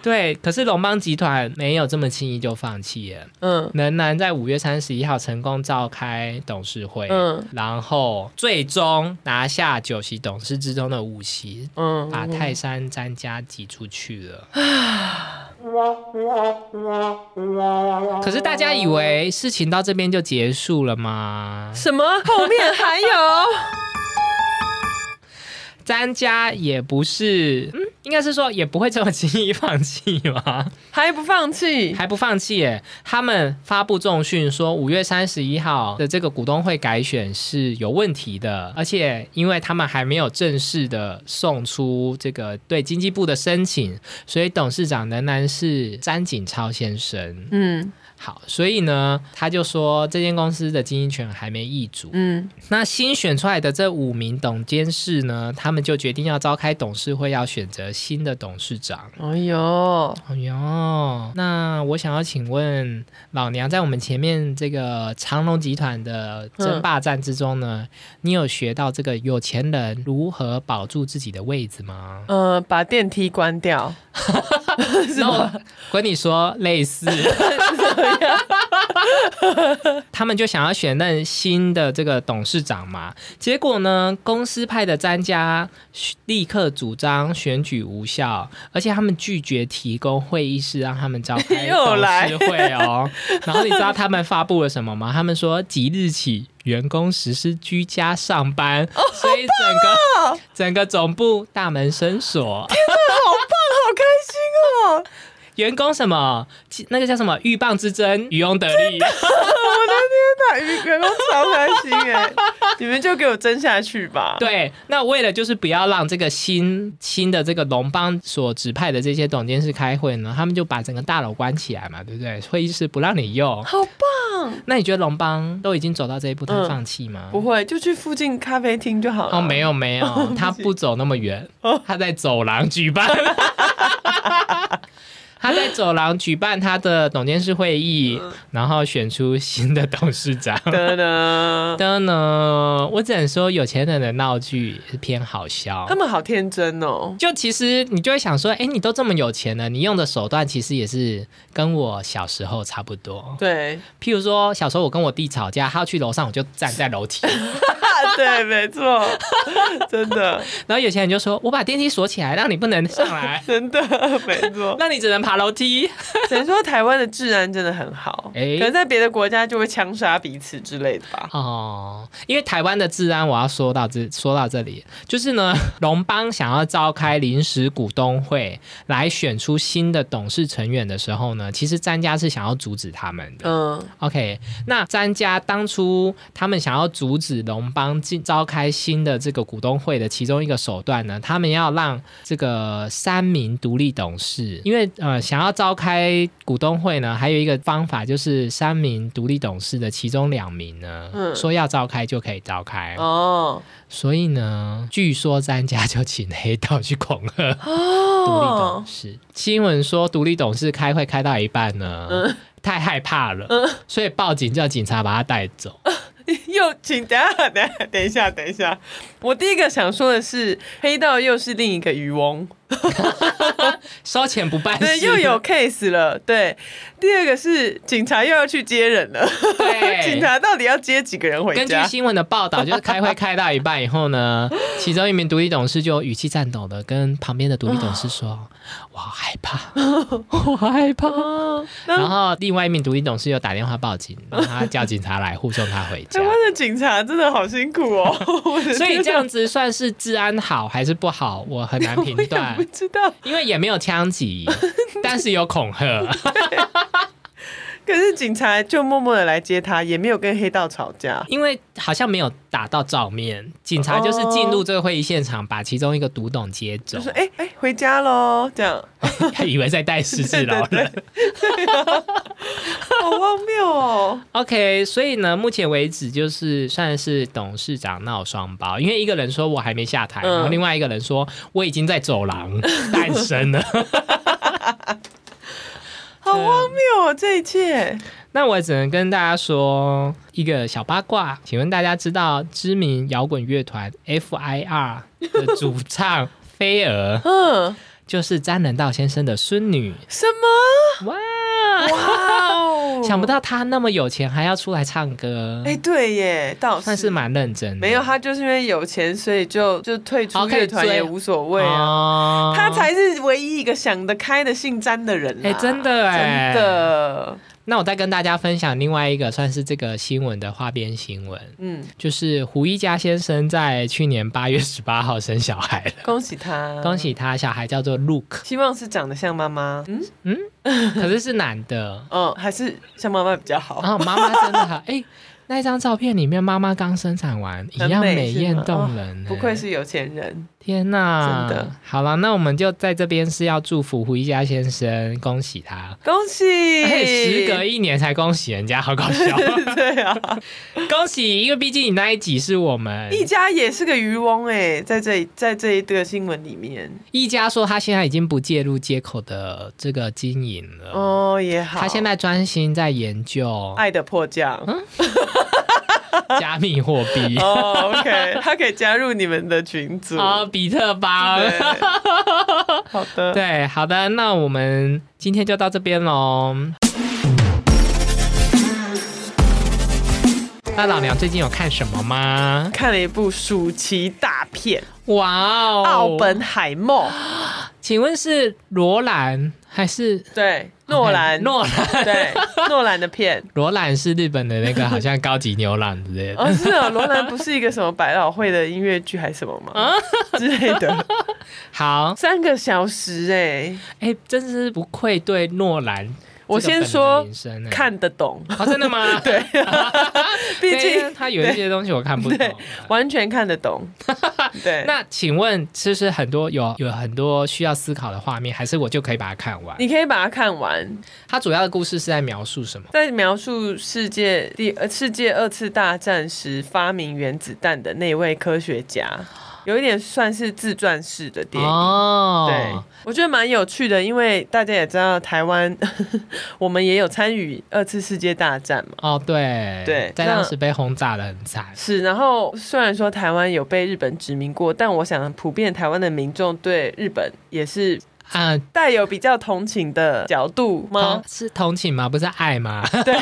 [SPEAKER 2] 对，可是龙邦集团没有这么轻易就放弃了。
[SPEAKER 1] 嗯，
[SPEAKER 2] 仍然在五月三十一号成功召开董事会，
[SPEAKER 1] 嗯
[SPEAKER 2] 然后最终拿下九席董事之中的五席，
[SPEAKER 1] 嗯
[SPEAKER 2] 把泰山詹家挤出去了。可是大家以为事情到这边就结束了吗？
[SPEAKER 1] 什么？后面还有？
[SPEAKER 2] 詹家也不是，嗯，应该是说也不会这么轻易放弃吧。
[SPEAKER 1] 还不放弃？
[SPEAKER 2] 还不放弃耶！他们发布重讯说，五月三十一号的这个股东会改选是有问题的，而且因为他们还没有正式的送出这个对经济部的申请，所以董事长仍然是詹锦超先生。
[SPEAKER 1] 嗯
[SPEAKER 2] 好，所以呢，他就说这间公司的经营权还没易主。
[SPEAKER 1] 嗯
[SPEAKER 2] 那新选出来的这五名董监事呢，他们就决定要召开董事会，要选择新的董事长。
[SPEAKER 1] 哎呦，
[SPEAKER 2] 哎呦，那我想要请问老娘，在我们前面这个长隆集团的争霸战之
[SPEAKER 1] 嗯
[SPEAKER 2] 中呢，你有学到这个有钱人如何保住自己的位置吗？
[SPEAKER 1] 呃，把电梯关掉， 是
[SPEAKER 2] 然后
[SPEAKER 1] 吗？
[SPEAKER 2] 我 跟你说，类似，他们就想要选任新的这个董事长嘛。结果呢，公司派的专家立刻主张选举无效，而且他们拒绝提供会议室让他们召 开
[SPEAKER 1] 又
[SPEAKER 2] 董
[SPEAKER 1] 来
[SPEAKER 2] 事会哦。然后你知道他们发布了什么吗？他们说即日起。员工实施居家上班，
[SPEAKER 1] 哦
[SPEAKER 2] 所以整个、整个总部大门深锁。
[SPEAKER 1] 好开心哦！
[SPEAKER 2] 员工什么那个叫什么鹬蚌之争，渔翁得利。
[SPEAKER 1] 那鱼员工超开心哎， 你们就给我争下去吧。
[SPEAKER 2] 对，那为了就是不要让这个新新的这个龙邦所指派的这些董监事开会呢，他们就把整个大楼关起来嘛，对不对？会议室不让 你用。
[SPEAKER 1] 好棒！
[SPEAKER 2] 那你觉得龙邦都已经走到这一步，他
[SPEAKER 1] 嗯
[SPEAKER 2] 放弃 吗？
[SPEAKER 1] 不会，就去附近咖啡厅就好了。
[SPEAKER 2] 哦，没有没有，他不走那么远，他在走廊举办，他在走廊举办他的董监事会议，然后选出新的董事长。
[SPEAKER 1] 的 呢，
[SPEAKER 2] 的呢，我只能说有钱人的闹剧是偏好笑
[SPEAKER 1] 他。们好天真哦。
[SPEAKER 2] 就其实你就会想说，哎、你都这么有钱了，你用的手段其实也是跟我小时候差不多。
[SPEAKER 1] 对，
[SPEAKER 2] 譬如说，小时候我跟我弟吵架，他要去楼上，我就站在楼梯，
[SPEAKER 1] 啊对，没错，真的，，
[SPEAKER 2] 然后有些人就说：“我把电梯锁起来，让你不能上来
[SPEAKER 1] 真的，没错。
[SPEAKER 2] 让你只能爬楼梯。
[SPEAKER 1] 只能说台湾的治安真的很好，
[SPEAKER 2] 哎
[SPEAKER 1] 可能在别的国家就会枪杀彼此之类的”吧。
[SPEAKER 2] 哦，因为台湾的治安，我要说到这，说到这里，就是呢， 龙邦想要召开临时股东会来选出新的董事成员的时候呢，其实詹家是想要阻止他们的。
[SPEAKER 1] 嗯，
[SPEAKER 2] OK，那詹家当初他们想要阻止龙邦进召开新的这个股东会的其中一个手段呢，他们要让这个三名独立董事，因为呃想要召开股东会呢，还有一个方法就是三名独立董事的其中两名呢，
[SPEAKER 1] 嗯
[SPEAKER 2] 说要召开就可以召开，
[SPEAKER 1] 哦，
[SPEAKER 2] 所以呢，据说詹家就请黑道去恐吓独立
[SPEAKER 1] 哦
[SPEAKER 2] 董，事。新闻说，独立董事开会开到一半呢，
[SPEAKER 1] 嗯
[SPEAKER 2] 太害怕了，所以报警叫警察把他带走。
[SPEAKER 1] 又请等一下，等一下，等一下，等一下。我第一个想说的是，黑道又是另一个渔翁，
[SPEAKER 2] 收钱不办
[SPEAKER 1] 对，
[SPEAKER 2] 事，
[SPEAKER 1] 又有 case 了。对，第二个是警察又要去接人了，警
[SPEAKER 2] 对。
[SPEAKER 1] 察到底要接几个人回
[SPEAKER 2] 根据
[SPEAKER 1] 家？
[SPEAKER 2] 新闻的报道，就是开会开到一半以后 呢，其中一名独立董事就语气颤抖的跟旁边的独立董 事说：“我好害 怕，我好害怕。”
[SPEAKER 1] 哦
[SPEAKER 2] 然后另外一名独立董事又打电话报警，让他叫警察来护送他回 家
[SPEAKER 1] 台。湾哎的警察真的好辛苦哦，我的
[SPEAKER 2] 所以
[SPEAKER 1] 天
[SPEAKER 2] 这样子算是治安好还是不好，我很难评
[SPEAKER 1] 哪
[SPEAKER 2] 断
[SPEAKER 1] 我。不知道。
[SPEAKER 2] 因为也没有枪击，但是有恐吓。
[SPEAKER 1] 可是警察就默默的来接他，也没有跟黑道吵架。
[SPEAKER 2] 因为好像没有打到照面，警察就是进入这个会议现场，把其中一个独董接走
[SPEAKER 1] 哦就，说哎哎、回家喽，这样
[SPEAKER 2] 还以为在带失 智老人。
[SPEAKER 1] 对对 好荒谬哦。
[SPEAKER 2] OK，所以呢，目前为止就是算是董事长闹双胞，因为一个人说我还没下台，
[SPEAKER 1] 嗯
[SPEAKER 2] 然后另外一个人说我已经在走廊诞生了。
[SPEAKER 1] 好荒谬哦！这一切，
[SPEAKER 2] 那我只能跟大家说一个小八卦，请问大家知道知名摇滚乐团 F.I.R 的主唱菲儿
[SPEAKER 1] 嗯，
[SPEAKER 2] 就是詹仁道先生的 孙女？
[SPEAKER 1] 什么？
[SPEAKER 2] 哇！
[SPEAKER 1] 哇哦！
[SPEAKER 2] 想不到他那么有钱，还要出来唱歌，
[SPEAKER 1] 哎、对耶，倒
[SPEAKER 2] 算是蛮认真的。
[SPEAKER 1] 没有，他就是因为有钱，所以就就退出
[SPEAKER 2] 好可以
[SPEAKER 1] 乐团
[SPEAKER 2] 追
[SPEAKER 1] 也无所谓啊。
[SPEAKER 2] 哦
[SPEAKER 1] 他才是唯一一个想得开的姓詹的人啦
[SPEAKER 2] 哎真的哎
[SPEAKER 1] 真的，
[SPEAKER 2] 那我再跟大家分享另外一个算是这个新闻的花边新闻，
[SPEAKER 1] 嗯，
[SPEAKER 2] 就是胡一家先生在去年八月十八号生小孩了，
[SPEAKER 1] 恭喜他，
[SPEAKER 2] 恭！喜他，小孩叫 做 Luke，
[SPEAKER 1] 希望是长得像妈妈，嗯
[SPEAKER 2] 可是是男的。
[SPEAKER 1] 嗯，还是像妈妈比较好。
[SPEAKER 2] 然后妈妈真的好，哎、那张照片里面妈妈刚生产完，一
[SPEAKER 1] 很
[SPEAKER 2] 样
[SPEAKER 1] 美
[SPEAKER 2] 美
[SPEAKER 1] 是
[SPEAKER 2] 艳
[SPEAKER 1] 吗
[SPEAKER 2] 动
[SPEAKER 1] 哦
[SPEAKER 2] 人、哎
[SPEAKER 1] 不愧是有钱人，
[SPEAKER 2] 天呐！
[SPEAKER 1] 真的。
[SPEAKER 2] 好了，那我们就在这边是要祝福胡一家先生，恭喜他。
[SPEAKER 1] 恭喜！
[SPEAKER 2] 哎，时隔一年才恭喜人家，好搞笑！
[SPEAKER 1] 对啊，
[SPEAKER 2] 恭喜，因为毕竟你那一集是我们
[SPEAKER 1] 一家也是个渔翁哎，在这在这一个新闻里面，
[SPEAKER 2] 一家说他现在已经不介入接口的这个经营了，
[SPEAKER 1] 哦也好，
[SPEAKER 2] 他嗯现在专心在研究
[SPEAKER 1] 爱的迫降。
[SPEAKER 2] 加密货币啊、
[SPEAKER 1] 哎哦，OK，他可 以加入你们的群组。
[SPEAKER 2] 哦比特包。
[SPEAKER 1] 对好 的，
[SPEAKER 2] 对，好的，那我们今天就到这边喽。那老娘最近有看什么吗？
[SPEAKER 1] 看了一部暑期大片
[SPEAKER 2] 哇哦，
[SPEAKER 1] 《奥本海默》，
[SPEAKER 2] 请问是罗兰还是
[SPEAKER 1] 对，诺兰，
[SPEAKER 2] 哦诺兰？
[SPEAKER 1] 对，诺兰的片。
[SPEAKER 2] 罗兰是日本的那个，好像高级牛郎之类的。
[SPEAKER 1] 哦，是哦，罗兰不是一个什么百老汇的音乐剧还是什么
[SPEAKER 2] 啊
[SPEAKER 1] 吗？之类的，
[SPEAKER 2] 好，
[SPEAKER 1] 三个小时哎、
[SPEAKER 2] 哎、真是不愧对诺兰。
[SPEAKER 1] 我先说
[SPEAKER 2] 看，
[SPEAKER 1] 看得懂，
[SPEAKER 2] 哦，真 的吗？对，
[SPEAKER 1] 毕竟
[SPEAKER 2] 他有一些东西我看不
[SPEAKER 1] 对
[SPEAKER 2] 懂。
[SPEAKER 1] 完全看得 懂。对，
[SPEAKER 2] 那请问，是不是很多有有很多需要思考的画面，还是我就可以把它看完？
[SPEAKER 1] 你可以把它看完，
[SPEAKER 2] 它主要的故事是在描述什么？
[SPEAKER 1] 在描述世界第呃世界二次大战时发明原子弹的那位科学家，有一点算是自传式的电影。对
[SPEAKER 2] 哦，，
[SPEAKER 1] 我觉得蛮有趣的，因为大家也知道台湾， 我们也有参与二次世界大战嘛。
[SPEAKER 2] 哦，对，
[SPEAKER 1] 对
[SPEAKER 2] 在
[SPEAKER 1] 那
[SPEAKER 2] 当时被轰炸的很惨。
[SPEAKER 1] 是，然后虽然说台湾有被日本殖民过，但我想普遍台湾的民众对日本也是
[SPEAKER 2] 啊，
[SPEAKER 1] 带有比较同情的角度吗
[SPEAKER 2] 同？是同情吗？不是爱 吗？
[SPEAKER 1] 对，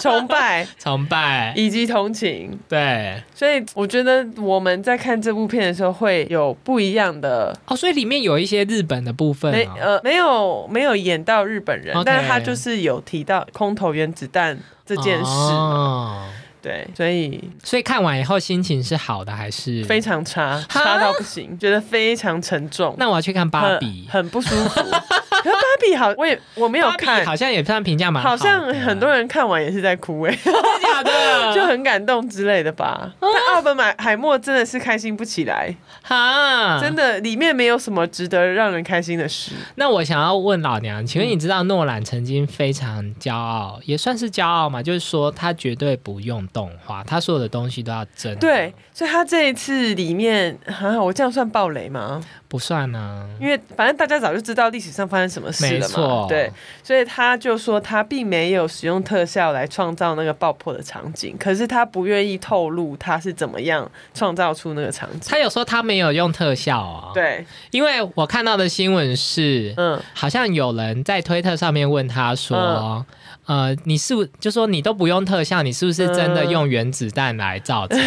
[SPEAKER 1] 崇拜
[SPEAKER 2] 崇拜，
[SPEAKER 1] 以及同情，
[SPEAKER 2] 对
[SPEAKER 1] 所以我觉得我们在看这部片的时候会有不一样的。
[SPEAKER 2] 哦，所以里面有一些日本的部分
[SPEAKER 1] 没
[SPEAKER 2] 哦
[SPEAKER 1] 呃没有没有演到日本人
[SPEAKER 2] OK
[SPEAKER 1] 但他就是有提到空投原子弹这件事，
[SPEAKER 2] 哦
[SPEAKER 1] 对，所以
[SPEAKER 2] 所以看完以后心情是好的还是
[SPEAKER 1] 非？常差，
[SPEAKER 2] 哈
[SPEAKER 1] 差到不行，觉得非常沉重。
[SPEAKER 2] 那我要去看芭
[SPEAKER 1] 很
[SPEAKER 2] 比，
[SPEAKER 1] 很不舒 服。可是芭比好，我也我没有
[SPEAKER 2] 芭比
[SPEAKER 1] 看，
[SPEAKER 2] 好像也算评价蛮
[SPEAKER 1] 好
[SPEAKER 2] 好的，啊嗯
[SPEAKER 1] 像很多人看完也是在哭哎、
[SPEAKER 2] 真的假的，
[SPEAKER 1] 就很感动之类的吧。
[SPEAKER 2] 嗯
[SPEAKER 1] 但奥本海海默真的是开心不起来，
[SPEAKER 2] 哈
[SPEAKER 1] 真。的里面没有什么值得让人开心的事。
[SPEAKER 2] 那我想要问老娘，请问你知道诺兰曾经非常骄傲，也算是骄傲嘛？就是说他绝对不用动画，他所有的东西都要真的，
[SPEAKER 1] 对，，所以他这一次里面，啊，我这样算暴雷吗？
[SPEAKER 2] 不算啊呢、
[SPEAKER 1] 因为反正大家早就知道历史上发生什么事
[SPEAKER 2] 没
[SPEAKER 1] 了嘛
[SPEAKER 2] 错，，
[SPEAKER 1] 对，，所以他就说他并没有使用特效来创造那个爆破的场景，可是他不愿意透露他是怎么样创造出那个场景。
[SPEAKER 2] 他有说他没有用特效哦，，
[SPEAKER 1] 对，
[SPEAKER 2] 因为我看到的新闻是，
[SPEAKER 1] 嗯，
[SPEAKER 2] 好像有人在推特上面问他
[SPEAKER 1] 嗯
[SPEAKER 2] 说，呃，你是不就说你都不用特效，你是不是真
[SPEAKER 1] 嗯
[SPEAKER 2] 的用原子弹来造成？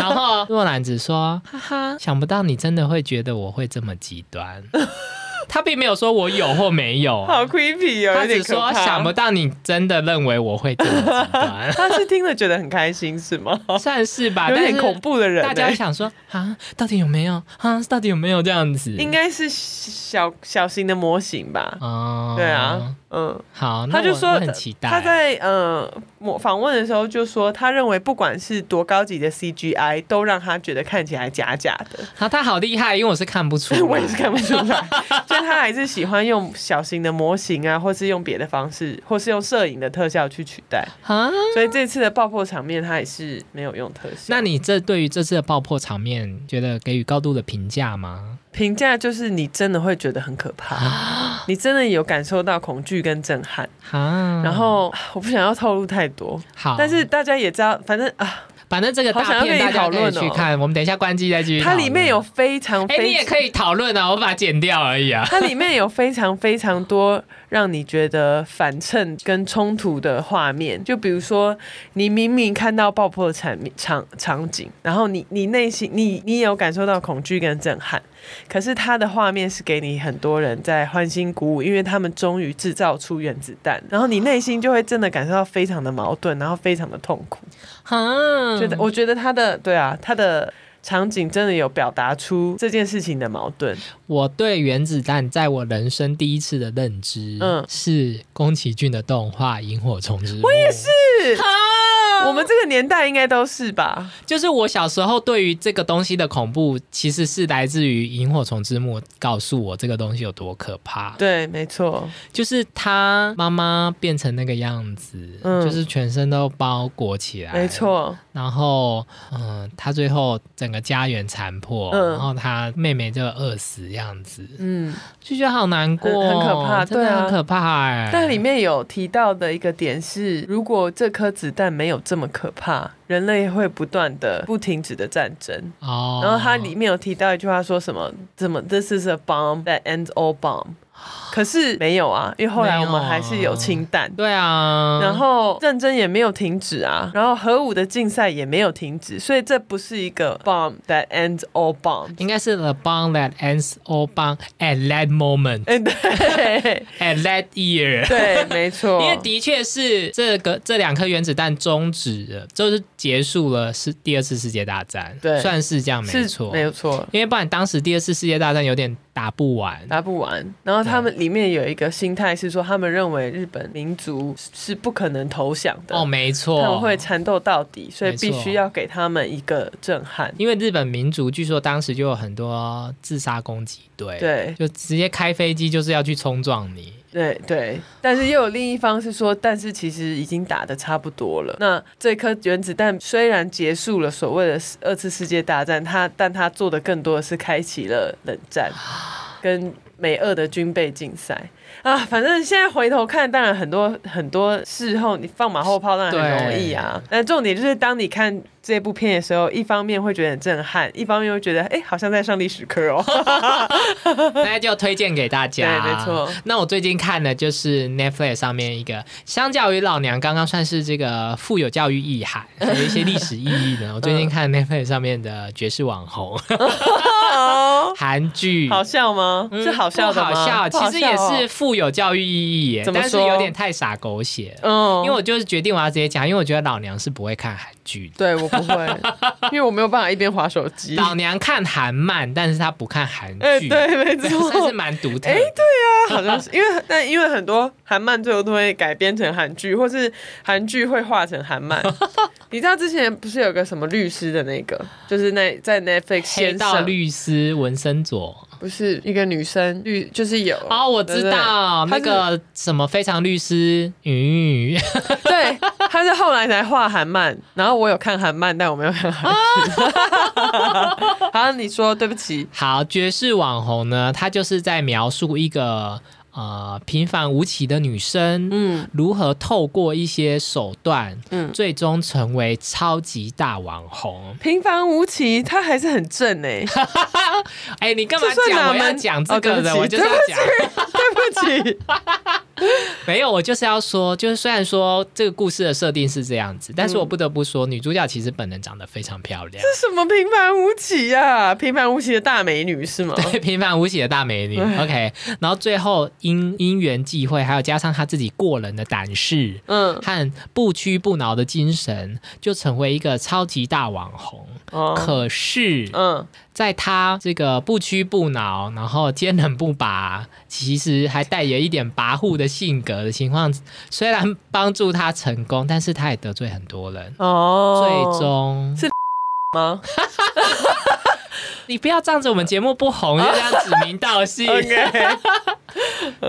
[SPEAKER 2] 然后诺兰只说，哈哈，想不到你真的会觉得我会这么极端。他并没有说我有或没有啊、
[SPEAKER 1] 好 creepy 哦，
[SPEAKER 2] 他
[SPEAKER 1] 有点
[SPEAKER 2] 只
[SPEAKER 1] 可
[SPEAKER 2] 说
[SPEAKER 1] 怕。，
[SPEAKER 2] 想不到你真的认为我会这么极 端
[SPEAKER 1] 他是听了觉得很开心是吗？
[SPEAKER 2] 算是吧，
[SPEAKER 1] 有
[SPEAKER 2] 啊但
[SPEAKER 1] 点
[SPEAKER 2] 是
[SPEAKER 1] 恐怖的人欸、
[SPEAKER 2] 大家想说啊，到底有没有啊？到底有没有这样子？
[SPEAKER 1] 应该是小小型的模型吧？
[SPEAKER 2] 哦，
[SPEAKER 1] 对啊，，嗯，
[SPEAKER 2] 好，那
[SPEAKER 1] 他就
[SPEAKER 2] 我
[SPEAKER 1] 说
[SPEAKER 2] 我很期待。
[SPEAKER 1] 他在呃模访问的时候就说，他认为不管是多高级的 CGI，都让他觉得看起来假假 的。
[SPEAKER 2] 啊，他好厉害，因为我是看不出
[SPEAKER 1] 我也
[SPEAKER 2] 来
[SPEAKER 1] 是。看不出来，所以他还是喜欢用小型的模型啊，或是用别的方式，或是用摄影的特效去取代。
[SPEAKER 2] 啊，
[SPEAKER 1] 所以这次的爆破场面，他也是没有用特效。
[SPEAKER 2] 那你这对于这次的爆破场面，觉得给予高度的评价吗？
[SPEAKER 1] 评价就是你真的会觉得很可怕，你真的有感受到恐惧跟震撼。
[SPEAKER 2] 啊，
[SPEAKER 1] 然后我不想要透露太多，
[SPEAKER 2] 好，
[SPEAKER 1] 但是大家也知道，反正啊，
[SPEAKER 2] 反正这个
[SPEAKER 1] 好想
[SPEAKER 2] 大
[SPEAKER 1] 要跟
[SPEAKER 2] 片
[SPEAKER 1] 你
[SPEAKER 2] 大家
[SPEAKER 1] 讨
[SPEAKER 2] 可以
[SPEAKER 1] 论
[SPEAKER 2] 去
[SPEAKER 1] 哦
[SPEAKER 2] 看，我们等一下关机再继续讨
[SPEAKER 1] 它
[SPEAKER 2] 论。
[SPEAKER 1] 里面有非常
[SPEAKER 2] 哎、你也
[SPEAKER 1] 非常，
[SPEAKER 2] 可以讨论啊，我把它剪掉而已 啊。
[SPEAKER 1] 它里面有非常非常多让你觉得反衬跟冲突的画面，就比如说你明明看到爆破的场面场场景，然后你你内心你你有感受到恐惧跟震撼，可是它的画面是给你很多人在欢欣鼓舞，因为他们终于制造出原子弹，然后你内心就会真的感受到非常的矛盾，然后非常的痛苦。
[SPEAKER 2] 啊，
[SPEAKER 1] 觉得哦我觉得他的对啊，他的场景真的有表达出这件事情的矛盾。
[SPEAKER 2] 我对原子弹在我人生第一次的认知，
[SPEAKER 1] 嗯
[SPEAKER 2] 是宫崎骏的动画《萤火虫之墓》。我也是啊，
[SPEAKER 1] 我们这个年代应该都是吧？
[SPEAKER 2] 就是我小时候对于这个东西的恐怖，其实是来自于《萤火虫之墓》告诉我这个东西有多可怕。
[SPEAKER 1] 对，没错，
[SPEAKER 2] 就是他妈妈变成那个样子，
[SPEAKER 1] 嗯
[SPEAKER 2] 就是全身都包裹起来，
[SPEAKER 1] 没。错，
[SPEAKER 2] 然后，嗯，他最后整个家园残破，
[SPEAKER 1] 嗯
[SPEAKER 2] 然后他妹妹就饿死样子，
[SPEAKER 1] 嗯。
[SPEAKER 2] 就觉得好难过，
[SPEAKER 1] 很很可怕
[SPEAKER 2] 真
[SPEAKER 1] 对
[SPEAKER 2] 的
[SPEAKER 1] 啊
[SPEAKER 2] 很可怕哎、
[SPEAKER 1] 但里面有提到的一个点是，如果这颗子弹没有这么可怕，人类会不断的、不停止的战争。
[SPEAKER 2] 哦，
[SPEAKER 1] 然后它里面有提到一句话，说什么“怎么 This is a bomb that ends all bomb”，可是没有啊，因为后来我们
[SPEAKER 2] 没有啊
[SPEAKER 1] 还是有氢弹，
[SPEAKER 2] 对啊，
[SPEAKER 1] 然后战争也没有停止啊，然后核武的竞赛也没有停止，所以这不是一个 bomb that ends all bomb。
[SPEAKER 2] 应该是 the bond that ends all bond at that moment
[SPEAKER 1] 哎， 对
[SPEAKER 2] at that year。
[SPEAKER 1] 对，没错，
[SPEAKER 2] 因为的确是这个这两颗原子弹终止了，就是结束了是第二次世界大战，
[SPEAKER 1] 对
[SPEAKER 2] 算是这样没
[SPEAKER 1] 是
[SPEAKER 2] 错
[SPEAKER 1] 没。有错，
[SPEAKER 2] 因为不然当时第二次世界大战有点打不完，
[SPEAKER 1] 打不完。然后他们里面有一个心态是说，他们认为日本民族是不可能投降的，
[SPEAKER 2] 哦，没
[SPEAKER 1] 他们
[SPEAKER 2] 错，
[SPEAKER 1] 会缠斗到底，所以
[SPEAKER 2] 没
[SPEAKER 1] 必
[SPEAKER 2] 错
[SPEAKER 1] 须要给他们一个震撼。
[SPEAKER 2] 因为日本民族据说当时就有很多自杀攻击队，，
[SPEAKER 1] 对
[SPEAKER 2] 就直接开飞机就是要去冲撞 你，
[SPEAKER 1] 对对，但是又有另一方是说，但是其实已经打的差不多了。那这颗原子弹虽然结束了 所谓的二次世界大战，它但它做的更多的是开启了冷战。跟美俄的军备竞赛啊，反正现在回头看，当然很多很多事后你放马后炮当然很容易啊。但重点就是当你看这部片的时候，一方面会觉得很震撼，一方面又觉得哎、好像在上历史课 哦。
[SPEAKER 2] 那就推荐给大家。
[SPEAKER 1] 对没错。
[SPEAKER 2] 那我最近看的就是 Netflix 上面一个，相较于老娘刚刚算是这个富有教育 意涵，还有一些历史意义的。我最近
[SPEAKER 1] 嗯
[SPEAKER 2] 看 Netflix 上面的爵士网红
[SPEAKER 1] 哦
[SPEAKER 2] 韩剧，
[SPEAKER 1] 好笑吗？
[SPEAKER 2] 嗯
[SPEAKER 1] 是好笑的
[SPEAKER 2] 不
[SPEAKER 1] 吗？
[SPEAKER 2] 好笑，
[SPEAKER 1] 不好
[SPEAKER 2] 其实也
[SPEAKER 1] 哦
[SPEAKER 2] 是富有教育意义耶，
[SPEAKER 1] 怎么
[SPEAKER 2] 但是
[SPEAKER 1] 说
[SPEAKER 2] 有点太傻狗血。
[SPEAKER 1] 嗯，
[SPEAKER 2] 因为我就是决定我要直接讲，因为我觉得老娘是不会看韩剧的。
[SPEAKER 1] 对我不会， 因为我没有办法一边划手机。
[SPEAKER 2] 老娘看韩漫，但是她不看韩
[SPEAKER 1] 哎、
[SPEAKER 2] 剧，
[SPEAKER 1] 对，没
[SPEAKER 2] 算
[SPEAKER 1] 错
[SPEAKER 2] 是。蛮独特的。
[SPEAKER 1] 哎那好像是因为，但因为很多韩漫最后都会改编成韩剧，或是韩剧会画成韩 漫。你知道之前不是有个什么律师的那个，就是那在 Netflix
[SPEAKER 2] 黑
[SPEAKER 1] 先
[SPEAKER 2] 道
[SPEAKER 1] 上，
[SPEAKER 2] 律师文森佐。
[SPEAKER 1] 不是一个女生律，就是有
[SPEAKER 2] 哦，我知道
[SPEAKER 1] 对不
[SPEAKER 2] 那
[SPEAKER 1] 对
[SPEAKER 2] 个什么非常律师嗯，
[SPEAKER 1] 对，她是后来才画韩漫，然后我有看韩漫，但我没有看韩剧。 好，你说对不起，
[SPEAKER 2] 好，爵士网红呢，他就是在描述一个呃平凡无奇的女生，
[SPEAKER 1] 嗯
[SPEAKER 2] 如何透过一些手段，
[SPEAKER 1] 嗯，
[SPEAKER 2] 最终成为超级大网红。
[SPEAKER 1] 平凡无奇，她还是很正哎、
[SPEAKER 2] 哎，你干嘛
[SPEAKER 1] 这算
[SPEAKER 2] 讲？
[SPEAKER 1] 哪
[SPEAKER 2] 我要
[SPEAKER 1] 门
[SPEAKER 2] 讲这个的，
[SPEAKER 1] 哦
[SPEAKER 2] 我
[SPEAKER 1] 对
[SPEAKER 2] 就
[SPEAKER 1] 不
[SPEAKER 2] 是
[SPEAKER 1] 起
[SPEAKER 2] 要讲。
[SPEAKER 1] 对不起，
[SPEAKER 2] 没有，我就是要说，就是虽然说这个故事的设定是这样子，但是我不得不说，女主角其实本人长得非常漂 亮。
[SPEAKER 1] 什么平凡无奇呀、平凡无奇的大美女是吗？
[SPEAKER 2] 对，平凡无奇的大美女。OK，然后最后因因缘际会，还有加上她自己过人的胆识
[SPEAKER 1] 嗯，
[SPEAKER 2] 和不屈不挠的精神，就成为一个超级大网红。
[SPEAKER 1] 哦，
[SPEAKER 2] 可是，
[SPEAKER 1] 嗯，
[SPEAKER 2] 在她这个不屈不挠，然后坚韧不拔，其实还带有一点跋扈的性格的情况，虽然帮助她成功，但是她也得罪很多人。
[SPEAKER 1] 哦，
[SPEAKER 2] 最终
[SPEAKER 1] 吗
[SPEAKER 2] 你不要仗着我们节目不红就这样指名道姓。
[SPEAKER 1] ？OK，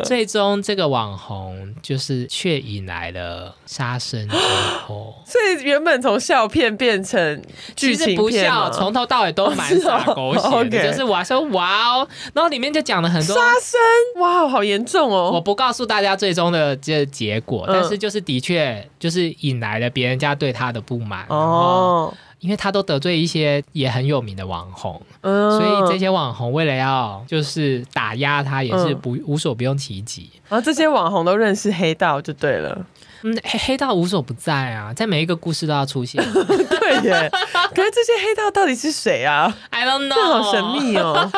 [SPEAKER 2] 最终这个网红就是却引来了杀身之 祸。
[SPEAKER 1] 所以原本从笑片变成
[SPEAKER 2] 其
[SPEAKER 1] 剧
[SPEAKER 2] 实
[SPEAKER 1] 情
[SPEAKER 2] 不
[SPEAKER 1] 片
[SPEAKER 2] 笑，
[SPEAKER 1] 吗？
[SPEAKER 2] 从头到尾都蛮
[SPEAKER 1] 哦是哦
[SPEAKER 2] 傻狗血
[SPEAKER 1] OK
[SPEAKER 2] 的，就是我还说哇哦，然后里面就讲了很多。
[SPEAKER 1] 杀生，哇，好严重
[SPEAKER 2] 我
[SPEAKER 1] 哦！
[SPEAKER 2] 不告诉大家最终的这结果，
[SPEAKER 1] 嗯
[SPEAKER 2] 但是就是的确就是引来了别人家对他的不满哦，
[SPEAKER 1] 哦，
[SPEAKER 2] 因为他都得罪一些也很有名的网红，
[SPEAKER 1] 嗯，
[SPEAKER 2] 所以这些网红为了要就是打压他，也
[SPEAKER 1] 嗯
[SPEAKER 2] 是不无所不用其极。
[SPEAKER 1] 然后啊这些网红都认识黑道就对 了，
[SPEAKER 2] 嗯，黑黑道无所不在啊，在每一个故事都要出现。
[SPEAKER 1] 对耶。可是这些黑道到底是谁啊？
[SPEAKER 2] I don't know，
[SPEAKER 1] 这好神。秘哦。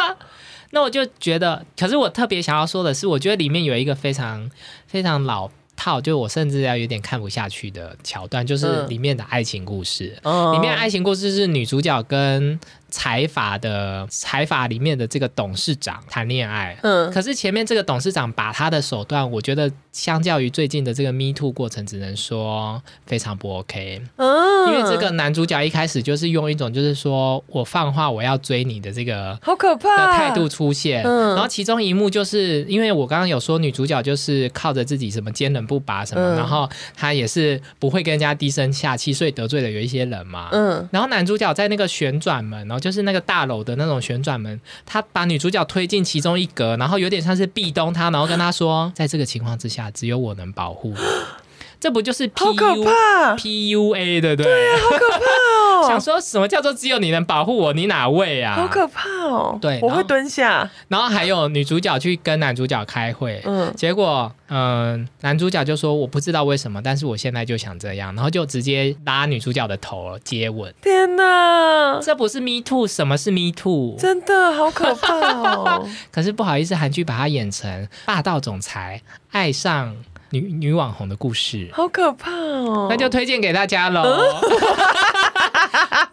[SPEAKER 2] 那我就觉得，可是我特别想要说的是，我觉得里面有一个非常非常老套，就我甚至要有点看不下去的桥段，就是
[SPEAKER 1] 嗯
[SPEAKER 2] 里面的爱情故事。
[SPEAKER 1] 哦
[SPEAKER 2] 里面爱情故事是女主角跟财阀的财阀里面的这个董事长谈恋爱。
[SPEAKER 1] 嗯
[SPEAKER 2] 可是前面这个董事长把他的手段，我觉得相较于最近的这个 Me Too 过程，只能说非常不 OK。
[SPEAKER 1] 嗯
[SPEAKER 2] 因为这个男主角一开始就是用一种就是说我放话我要追你的这个
[SPEAKER 1] 好可
[SPEAKER 2] 的
[SPEAKER 1] 怕
[SPEAKER 2] 态度，出现，
[SPEAKER 1] 啊嗯
[SPEAKER 2] 然后其中一幕就是因为我刚刚有说女主角就是靠着自己什么坚韧不拔什么，
[SPEAKER 1] 嗯
[SPEAKER 2] 然后她也是不会跟人家低声下气，所以得罪了有一些人嘛。
[SPEAKER 1] 嗯，
[SPEAKER 2] 然后男主角在那个旋转门，然后就是那个大楼的那种旋转门，他把女主角推进其中一格，然后有点像是壁咚她，然后跟她说，在这个情况之下，只有我能保护你。 这不就是
[SPEAKER 1] 好可
[SPEAKER 2] PU
[SPEAKER 1] 怕，啊
[SPEAKER 2] PUA 对不对？
[SPEAKER 1] 好可怕哦！
[SPEAKER 2] 想说什么叫做只有你能保护我？你哪位啊？
[SPEAKER 1] 好可怕哦！
[SPEAKER 2] 对
[SPEAKER 1] 我
[SPEAKER 2] 然后
[SPEAKER 1] 会蹲下。
[SPEAKER 2] 然后还有女主角去跟男主角开会，
[SPEAKER 1] 嗯，
[SPEAKER 2] 结果嗯、男主角就说我不知道为什么，但是我现在就想这样，然后就直接拉女主角的头接吻。
[SPEAKER 1] 天哪，
[SPEAKER 2] 这不是 Me Too，什么是 Me Too？
[SPEAKER 1] 真的好可怕 哦！
[SPEAKER 2] 可是不好意思，韩剧把它演成霸道总裁爱上女女网红的故事。
[SPEAKER 1] 好可怕哦！
[SPEAKER 2] 那就推荐给大 家喽。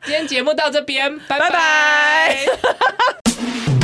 [SPEAKER 2] 今天节目到这边，拜
[SPEAKER 1] 拜拜